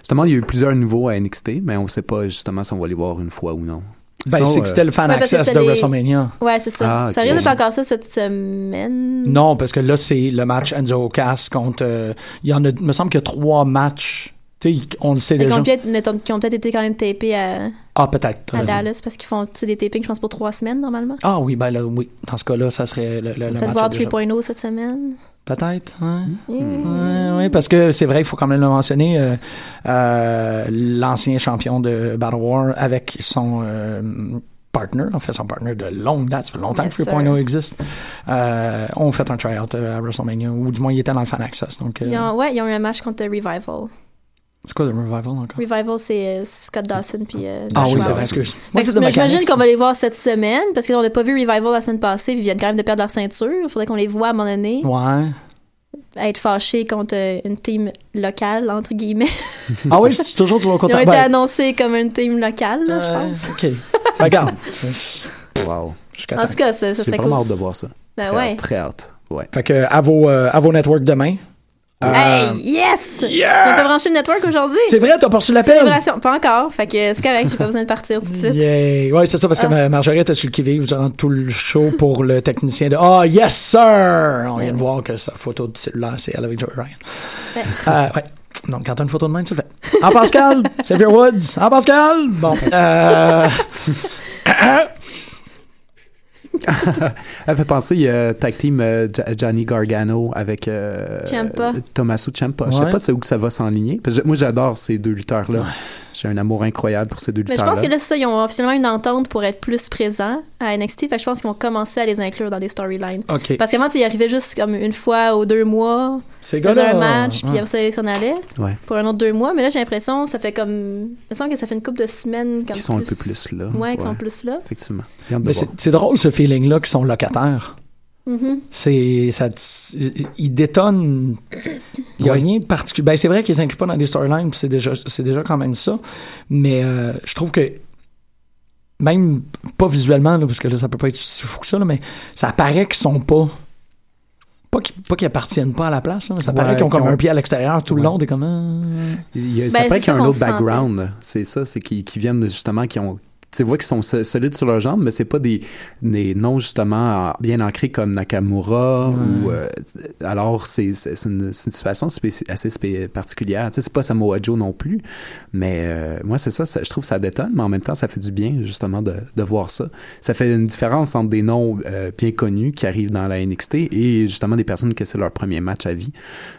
Speaker 6: Justement, il y a eu plusieurs nouveaux à NXT, mais on sait pas justement si on va les voir une fois ou non.
Speaker 4: Ben,
Speaker 6: Sinon,
Speaker 4: c'est
Speaker 6: euh,
Speaker 4: que c'était le fan
Speaker 5: Ouais, parce que
Speaker 4: access de
Speaker 5: c'était les-
Speaker 4: WrestleMania.
Speaker 5: Ouais, c'est ça.
Speaker 6: Ah,
Speaker 5: Ça
Speaker 6: ok.
Speaker 5: risque d'être encore ça cette semaine.
Speaker 4: Non, parce que là, c'est le match Enzo Cass contre. euh, il y en a. Il me semble qu'il y a trois matchs. Tu sais, on le sait
Speaker 5: Mais qui
Speaker 4: déjà.
Speaker 5: ont peut-être mettons, qui ont peut-être été quand même tapés à,
Speaker 4: Ah, peut-être. t'as
Speaker 5: à
Speaker 4: raison.
Speaker 5: Dallas parce qu'ils font tu sais, des tapings, je pense, pour trois semaines normalement.
Speaker 4: Ah oui, ben là, oui. Dans ce cas-là, ça serait Euh, le, le- le
Speaker 5: Peut-être
Speaker 4: match.
Speaker 5: voir
Speaker 4: déjà-
Speaker 5: 3.0 cette semaine.
Speaker 4: Peut-être. hein.
Speaker 5: Mm.
Speaker 4: Ouais, ouais, parce que c'est vrai, il faut quand même le mentionner. euh, euh, L'ancien champion de Battle War avec son euh, partner, en fait, son partner de longue date, ça fait longtemps
Speaker 5: Yes,
Speaker 4: que 3.0 existe, euh, ont fait un tryout euh, à WrestleMania, ou du moins il était dans le fan access. Donc, euh, Ah.
Speaker 5: Ils ont, ouais, ils ont eu un match contre Revival.
Speaker 4: c'est quoi le revival encore?
Speaker 5: Revival, c'est euh, Scott Dawson puis euh,
Speaker 4: Ah oui, c'est
Speaker 5: Joshua.
Speaker 4: vrai,
Speaker 6: Dawson.
Speaker 4: excuse.
Speaker 5: Fait
Speaker 4: Moi,
Speaker 5: que
Speaker 4: c'est de
Speaker 5: j'im- J'imagine
Speaker 4: mécanique,
Speaker 5: qu'on
Speaker 4: ça.
Speaker 5: va les voir cette semaine parce qu'on n'a pas vu Revival la semaine passée. puis Ils viennent quand même de perdre leur ceinture. Il faudrait qu'on les voit à un moment donné
Speaker 4: Ouais.
Speaker 5: être fâchés contre euh, une team locale, entre guillemets.
Speaker 4: Ah oui, c'est toujours du
Speaker 5: Ils ont
Speaker 4: côté.
Speaker 5: été
Speaker 4: Ben,
Speaker 5: annoncés comme une team locale, là, je
Speaker 4: euh,
Speaker 5: pense. Ah,
Speaker 4: OK. Ben, Regarde.
Speaker 6: euh, Wow.
Speaker 4: Jusqu'à
Speaker 5: En
Speaker 4: temps.
Speaker 5: tout cas, ça, ça
Speaker 6: J'ai
Speaker 5: serait
Speaker 6: vraiment
Speaker 5: cool.
Speaker 6: hâte de voir ça.
Speaker 5: Ben
Speaker 6: Très
Speaker 5: ouais.
Speaker 6: hâte, Très hâte. Ouais.
Speaker 4: Fait que à vos, euh, à vos networks demain. Euh,
Speaker 5: Hey, yes! On peut brancher le network aujourd'hui.
Speaker 4: C'est vrai, t'as poursuivi l'appel?
Speaker 5: Célébration. Pas encore. Fait que c'est correct, j'ai pas besoin de partir tout de suite.
Speaker 4: Yeah. Oui, c'est ça, parce que
Speaker 5: Ah.
Speaker 4: ma- Marjorie était sur le qui-vive durant tout le show pour le technicien de Ah, yes, sir! On vient de voir que sa photo de cellulaire, c'est elle avec Joey Ryan.
Speaker 5: Ouais.
Speaker 4: Euh, ouais. Donc, quand t'as une photo de main, tu le fais. En Pascal, Xavier Woods, en Pascal! Bon. Euh,
Speaker 6: Elle fait penser euh, tag team euh, Ja- Johnny Gargano avec euh,
Speaker 5: Ciampa.
Speaker 6: euh, Tommaso Ciampa. Je sais
Speaker 4: Ouais.
Speaker 6: pas c'est où que ça va s'enligner. Parce que moi, j'adore ces deux lutteurs-là. J'ai un amour incroyable pour ces deux
Speaker 5: Mais je pense
Speaker 6: lutteurs-là.
Speaker 5: que là, c'est ça, ils ont officiellement une entente pour être plus présents à NXT. Fait que je pense qu'ils vont commencer à les inclure dans des storylines.
Speaker 4: OK.
Speaker 5: Parce qu'avant, tu sais, ils arrivaient juste comme une fois ou deux mois,
Speaker 4: C'est
Speaker 5: faisaient
Speaker 4: gars-là,
Speaker 5: un match, puis
Speaker 4: ouais.
Speaker 5: après ça, ils s'en allaient
Speaker 6: Ouais.
Speaker 5: pour un autre deux mois. Mais là, j'ai l'impression, ça fait comme. Il me semble que ça fait une couple de semaines. Comme
Speaker 6: Qui sont un peu plus là.
Speaker 5: Ouais, qui
Speaker 6: Ouais.
Speaker 5: sont plus là.
Speaker 6: Effectivement. J'ai hâte de
Speaker 4: Mais
Speaker 6: voir.
Speaker 4: c'est c'est drôle, ce feeling-là, qu'ils sont locataires.
Speaker 5: Mhm.
Speaker 4: C'est. Ça, ils détonnent. Il n'y a rien de particulier. Ben, c'est vrai qu'ils s'incluent pas dans des storylines, puis c'est déjà, c'est déjà quand même ça. Mais euh, je trouve que. Même pas visuellement, là, parce que là, ça peut pas être si fou que ça, là, mais ça paraît qu'ils sont pas. Pas qu'ils, pas qu'ils appartiennent pas à la place, là, mais ça paraît
Speaker 6: Ouais,
Speaker 4: qu'ils ont
Speaker 6: qu'ils
Speaker 4: comme
Speaker 6: ont-
Speaker 4: un pied à l'extérieur tout le
Speaker 6: Ouais.
Speaker 4: long. Des comme. euh,
Speaker 6: Il y a-
Speaker 5: Ben,
Speaker 6: ça paraît
Speaker 5: c'est
Speaker 6: qu'il y
Speaker 5: ça
Speaker 6: a un
Speaker 5: qu'on
Speaker 6: autre
Speaker 5: sentait.
Speaker 6: background. là. C'est ça, c'est qui qui viennent de- justement, qui ont. Tu vois qu'ils sont so- solides sur leurs jambes, mais c'est pas des, des noms justement en- bien ancrés comme Nakamura ou euh, alors c'est c'est- c'est une, c'est une situation spéci- assez spé- particulière. Tu sais, c'est pas Samoa Joe non plus, mais euh, moi c'est ça, ça- je trouve que ça détonne, mais en même temps ça fait du bien justement de, de voir ça. Ça fait une différence entre des noms euh, bien connus qui arrivent dans la NXT et justement des personnes que c'est leur premier match à vie.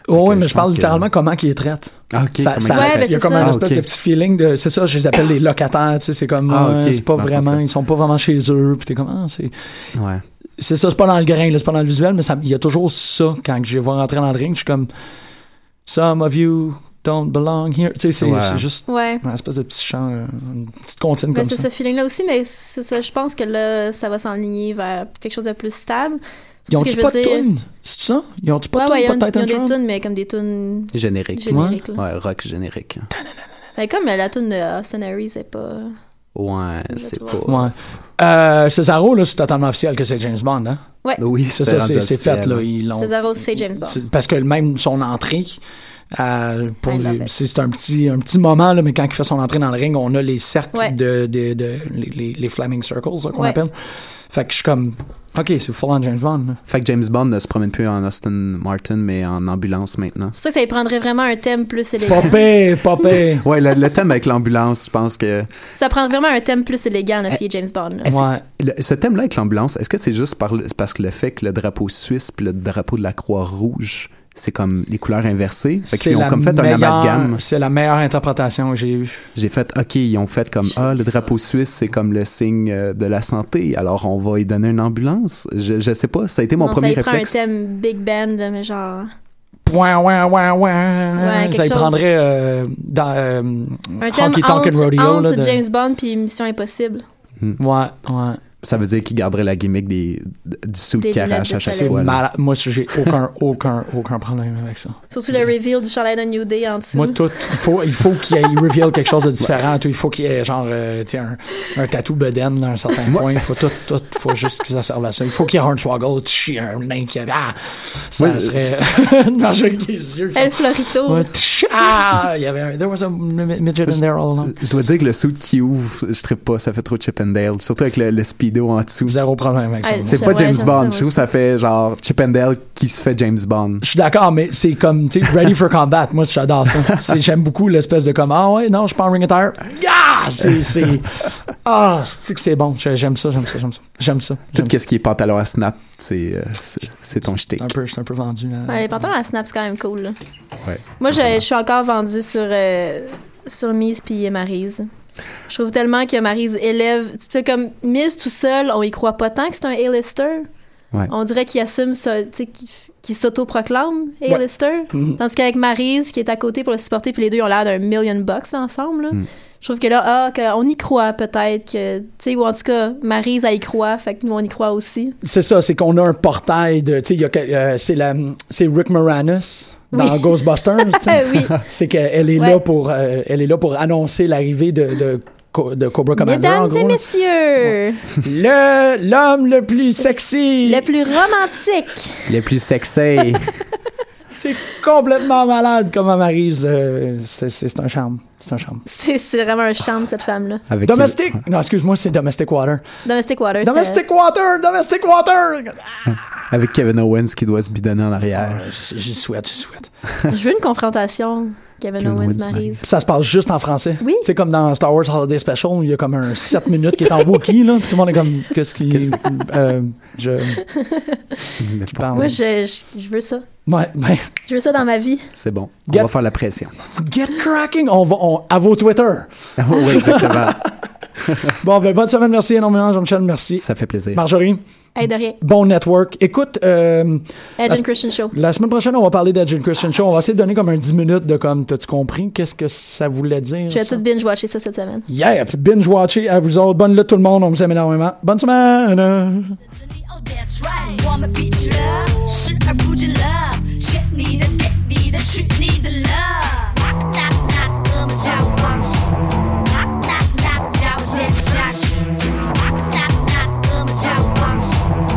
Speaker 4: Oh,
Speaker 6: Fait
Speaker 4: oui,
Speaker 6: que
Speaker 4: mais je, parle
Speaker 6: pense que-
Speaker 4: littéralement comment qu'ils les traitent.
Speaker 6: Ah, ok,
Speaker 4: Ça-
Speaker 6: comment
Speaker 4: ça-
Speaker 6: ils
Speaker 5: Ouais, ben,
Speaker 4: il y a
Speaker 5: c'est
Speaker 4: comme
Speaker 5: ça.
Speaker 4: un
Speaker 6: Ah,
Speaker 4: espèce
Speaker 6: ok.
Speaker 4: de petit feeling de c'est ça je les appelle les locataires tu sais c'est comme
Speaker 6: Ah, ok,
Speaker 4: euh, c'est pas
Speaker 6: dans ce
Speaker 4: vraiment
Speaker 6: sens-là.
Speaker 4: ils sont pas vraiment chez eux puis t'es comme ah, c'est
Speaker 6: Ouais.
Speaker 4: c'est ça c'est pas dans le grain là, c'est pas dans le visuel mais ça il y a toujours ça quand je les vois rentrer dans le ring je suis comme some of you don't belong here tu sais c'est
Speaker 6: Ouais.
Speaker 4: c'est juste
Speaker 5: Ouais.
Speaker 4: un espèce de petit chant euh, une petite comptine
Speaker 5: Mais
Speaker 4: comme
Speaker 5: c'est
Speaker 4: ça
Speaker 5: ce feeling-là aussi, mais c'est ça, je pense que là, ça va s'enligner vers quelque chose de plus stable.
Speaker 4: ils ont
Speaker 5: que
Speaker 4: tu
Speaker 5: je veux
Speaker 4: pas de
Speaker 5: dire-
Speaker 4: tune c'est ça ils ont tu pas
Speaker 5: Ouais,
Speaker 4: de
Speaker 5: ouais, ils
Speaker 4: tune
Speaker 5: ont,
Speaker 4: peut-être
Speaker 5: ils ont
Speaker 4: un
Speaker 5: des
Speaker 4: chant
Speaker 5: tunes, mais comme des tunes
Speaker 6: Générique.
Speaker 5: génériques. là.
Speaker 6: Ouais, rock générique.
Speaker 5: Mais comme la tune de Austin Harry, c'est pas.
Speaker 6: Ouais, c'est
Speaker 5: tout
Speaker 6: pas.
Speaker 4: ouais euh, Cesaro là c'est totalement officiel que c'est James Bond hein
Speaker 6: Oui,
Speaker 4: c'est ça
Speaker 6: rendu
Speaker 4: c'est c'est fait
Speaker 6: officiel.
Speaker 4: là ils l'ont
Speaker 5: Cesaro, c'est James Bond.
Speaker 4: C'est- Parce que même son entrée, euh, pour
Speaker 5: I love
Speaker 4: lui-
Speaker 5: it.
Speaker 4: c'est c'est un petit, un petit moment, là, mais quand il fait son entrée dans le ring, on a les cercles
Speaker 5: Ouais.
Speaker 4: de, de- de- les, les- les Flaming Circles, là, qu'on
Speaker 5: Ouais.
Speaker 4: appelle. Fait que je suis comme, OK, c'est full on James Bond. là.
Speaker 6: Fait que James Bond ne se promène plus en Austin Martin, mais en ambulance maintenant.
Speaker 5: C'est pour ça que ça y prendrait vraiment un thème plus élégant.
Speaker 4: Popé, popé.
Speaker 6: Ouais, le, le thème avec l'ambulance, je pense que.
Speaker 5: Ça prend vraiment un thème plus élégant, là, si
Speaker 4: Eh,
Speaker 5: est James Bond. là.
Speaker 6: Est-ce-
Speaker 4: Ouais.
Speaker 6: le- ce thème-là avec l'ambulance, est-ce que c'est juste par le- parce que le fait que le drapeau suisse puis le drapeau de la Croix-Rouge, c'est comme les couleurs inversées?
Speaker 4: C'est
Speaker 6: Fait qu'ils ont
Speaker 4: la
Speaker 6: comme fait un
Speaker 4: meilleure-
Speaker 6: amalgame.
Speaker 4: C'est la meilleure interprétation que j'ai eue.
Speaker 6: J'ai fait, OK, ils ont fait comme, ah, le drapeau suisse, c'est comme le signe euh, de la santé, alors on va y donner une ambulance. Je, je sais pas, ça a été mon
Speaker 5: non,
Speaker 6: premier
Speaker 5: ça y prend un
Speaker 6: réflexe.
Speaker 5: thème big band, là, mais genre
Speaker 4: Point, ouin, ouin, ouin.
Speaker 5: Ouais,
Speaker 4: ça y
Speaker 5: quelque chose.
Speaker 4: prendrait euh, dans euh,
Speaker 5: un thème
Speaker 4: Honky Tonk and
Speaker 5: entre,
Speaker 4: Rodeo.
Speaker 5: entre
Speaker 4: là, de-
Speaker 5: James Bond puis Mission Impossible.
Speaker 4: Ouais, ouais.
Speaker 6: Ça veut dire qu'il garderait la gimmick des, du suit
Speaker 5: Des
Speaker 6: qui arrache
Speaker 5: lunettes de
Speaker 6: à chaque
Speaker 5: soleil.
Speaker 6: fois. là.
Speaker 8: Malade. Moi, ça, j'ai aucun, aucun, aucun problème avec ça.
Speaker 5: Surtout le reveal du Charlotte New Day en dessous.
Speaker 8: Moi, tout. Il faut, il faut qu'il y ait- il reveal quelque chose de différent. tout. Il faut qu'il y ait, genre, euh, tu sais, un, un tatou beden à un certain point. Il faut tout, tout. Il faut juste que ça serve à ça. Il faut qu'il y ait Hornswoggle, tu chies un nain qui a. Ah! Ça
Speaker 6: Oui,
Speaker 8: serait. non, je avec les yeux.
Speaker 5: El Florito.
Speaker 8: Ouais, tch, ah! Il y avait un. There was a midget in there all along.
Speaker 6: Je dois dire que le suit qui ouvre, je serais pas, ça fait trop Chip and Dale, surtout avec le, le speedo en dessous.
Speaker 8: Zéro problème avec ça.
Speaker 5: Ouais,
Speaker 6: C'est pas
Speaker 5: Ouais,
Speaker 6: James
Speaker 5: j'aime ça,
Speaker 6: Bond,
Speaker 5: moi
Speaker 6: je trouve que ça fait genre Chip and Dale qui se fait James Bond.
Speaker 8: Je suis d'accord, mais c'est comme, tu sais, ready for combat. Moi, j'adore ça. C'est- J'aime beaucoup l'espèce de comme, ah ouais, non, je suis pas en ring attire. Ah! C'est, c'est, ah, c'est que c'est bon. Je- J'aime ça, j'aime ça, j'aime ça. J'aime ça.
Speaker 6: Tout
Speaker 8: j'aime
Speaker 6: ce qui est pantalon à snap, c'est euh, c'est- c'est ton shtick.
Speaker 8: ça. Un peu, je suis un peu vendu, là.
Speaker 5: Ouais, les pantalons à Snap, c'est quand même cool. là.
Speaker 6: Ouais.
Speaker 5: Moi, je, je suis encore vendue sur, euh, sur Mise puis Maryse. Je trouve tellement que Maryse élève. Tu sais, comme Mise tout seul, on y croit pas tant que c'est un A-lister.
Speaker 6: Ouais.
Speaker 5: On dirait qu'il assume ça, tu sais, qu'il f- qu'il s'autoproclame A-lister.
Speaker 4: Mm-hmm.
Speaker 5: Tandis qu'avec Maryse, qui est à côté pour le supporter, puis les deux ils ont l'air d'un million bucks là, ensemble.
Speaker 4: Mm.
Speaker 5: là. Je trouve que là, ah, que on y croit peut-être. que Tu sais, ou en tout cas, Maryse, elle y croit. Fait que nous, on y croit aussi.
Speaker 4: C'est ça, c'est qu'on a un portail de. Tu sais, il y a que- euh, c'est la- c'est Rick Moranis dans
Speaker 5: Oui.
Speaker 4: Ghostbusters. tu sais.
Speaker 5: Ah oui.
Speaker 4: C'est qu'elle est
Speaker 5: Ouais.
Speaker 4: là pour, euh, elle est là pour annoncer l'arrivée de, de, Co- de Cobra Commander. en
Speaker 5: Mesdames
Speaker 4: gros,
Speaker 5: et
Speaker 4: là.
Speaker 5: messieurs,
Speaker 4: le l'homme le plus sexy.
Speaker 5: le plus romantique.
Speaker 6: Le plus sexy.
Speaker 4: C'est complètement malade comme Amarise. c'est c'est un charme. C'est un charme.
Speaker 5: C'est c'est vraiment un charme, cette femme-là.
Speaker 6: avec
Speaker 4: Domestic. Non, excuse-moi, c'est Domestic Water.
Speaker 5: Domestic Waters.
Speaker 4: Domestic Water, Domestic Water.
Speaker 6: euh, Avec Kevin Owens qui doit se bidonner en arrière.
Speaker 4: Ah, Je je souhaite, je souhaite.
Speaker 5: euh, Je veux une confrontation, Kevin
Speaker 6: Kevin
Speaker 5: Owens,
Speaker 6: Owens,
Speaker 5: Maryse.
Speaker 4: Ça se passe juste en français.
Speaker 5: Oui.
Speaker 4: C'est comme dans Star Wars Holiday Special, il y a comme un 7 minutes qui est en Wookiee, là. puis Tout le monde est comme, qu'est-ce qui. euh, je.
Speaker 6: Mais
Speaker 4: qui
Speaker 6: bon,
Speaker 4: parle.
Speaker 5: Moi, je, je, je veux ça.
Speaker 4: Ouais, ben,
Speaker 5: Je veux ça dans ma vie.
Speaker 6: c'est bon. On
Speaker 4: Get-
Speaker 6: va faire la pression.
Speaker 4: get cracking. On va, on- à vos Twitter.
Speaker 6: oui, exactement.
Speaker 4: Bon, ben, bonne semaine. Merci énormément, Jean-Michel. Merci.
Speaker 6: Ça fait plaisir.
Speaker 4: Marjorie,
Speaker 5: Hey, de rien.
Speaker 4: bon network. Écoute, euh,
Speaker 5: Edge
Speaker 4: Parce-
Speaker 5: and Christian Show.
Speaker 4: La semaine prochaine, on va parler d'Agent Christian Show. On va essayer de donner comme un 10 minutes de comme, t'as-tu compris? Qu'est-ce que ça voulait dire?
Speaker 5: Je vais
Speaker 4: ça?
Speaker 5: tout binge-watcher ça cette semaine.
Speaker 4: Yeah! Puis binge-watcher à vous autres. Bonne lutte tout le monde. On vous aime énormément. Bonne semaine!
Speaker 3: That's right，我们彼此了，视而不见 love，选你的，点你的，去你的 love。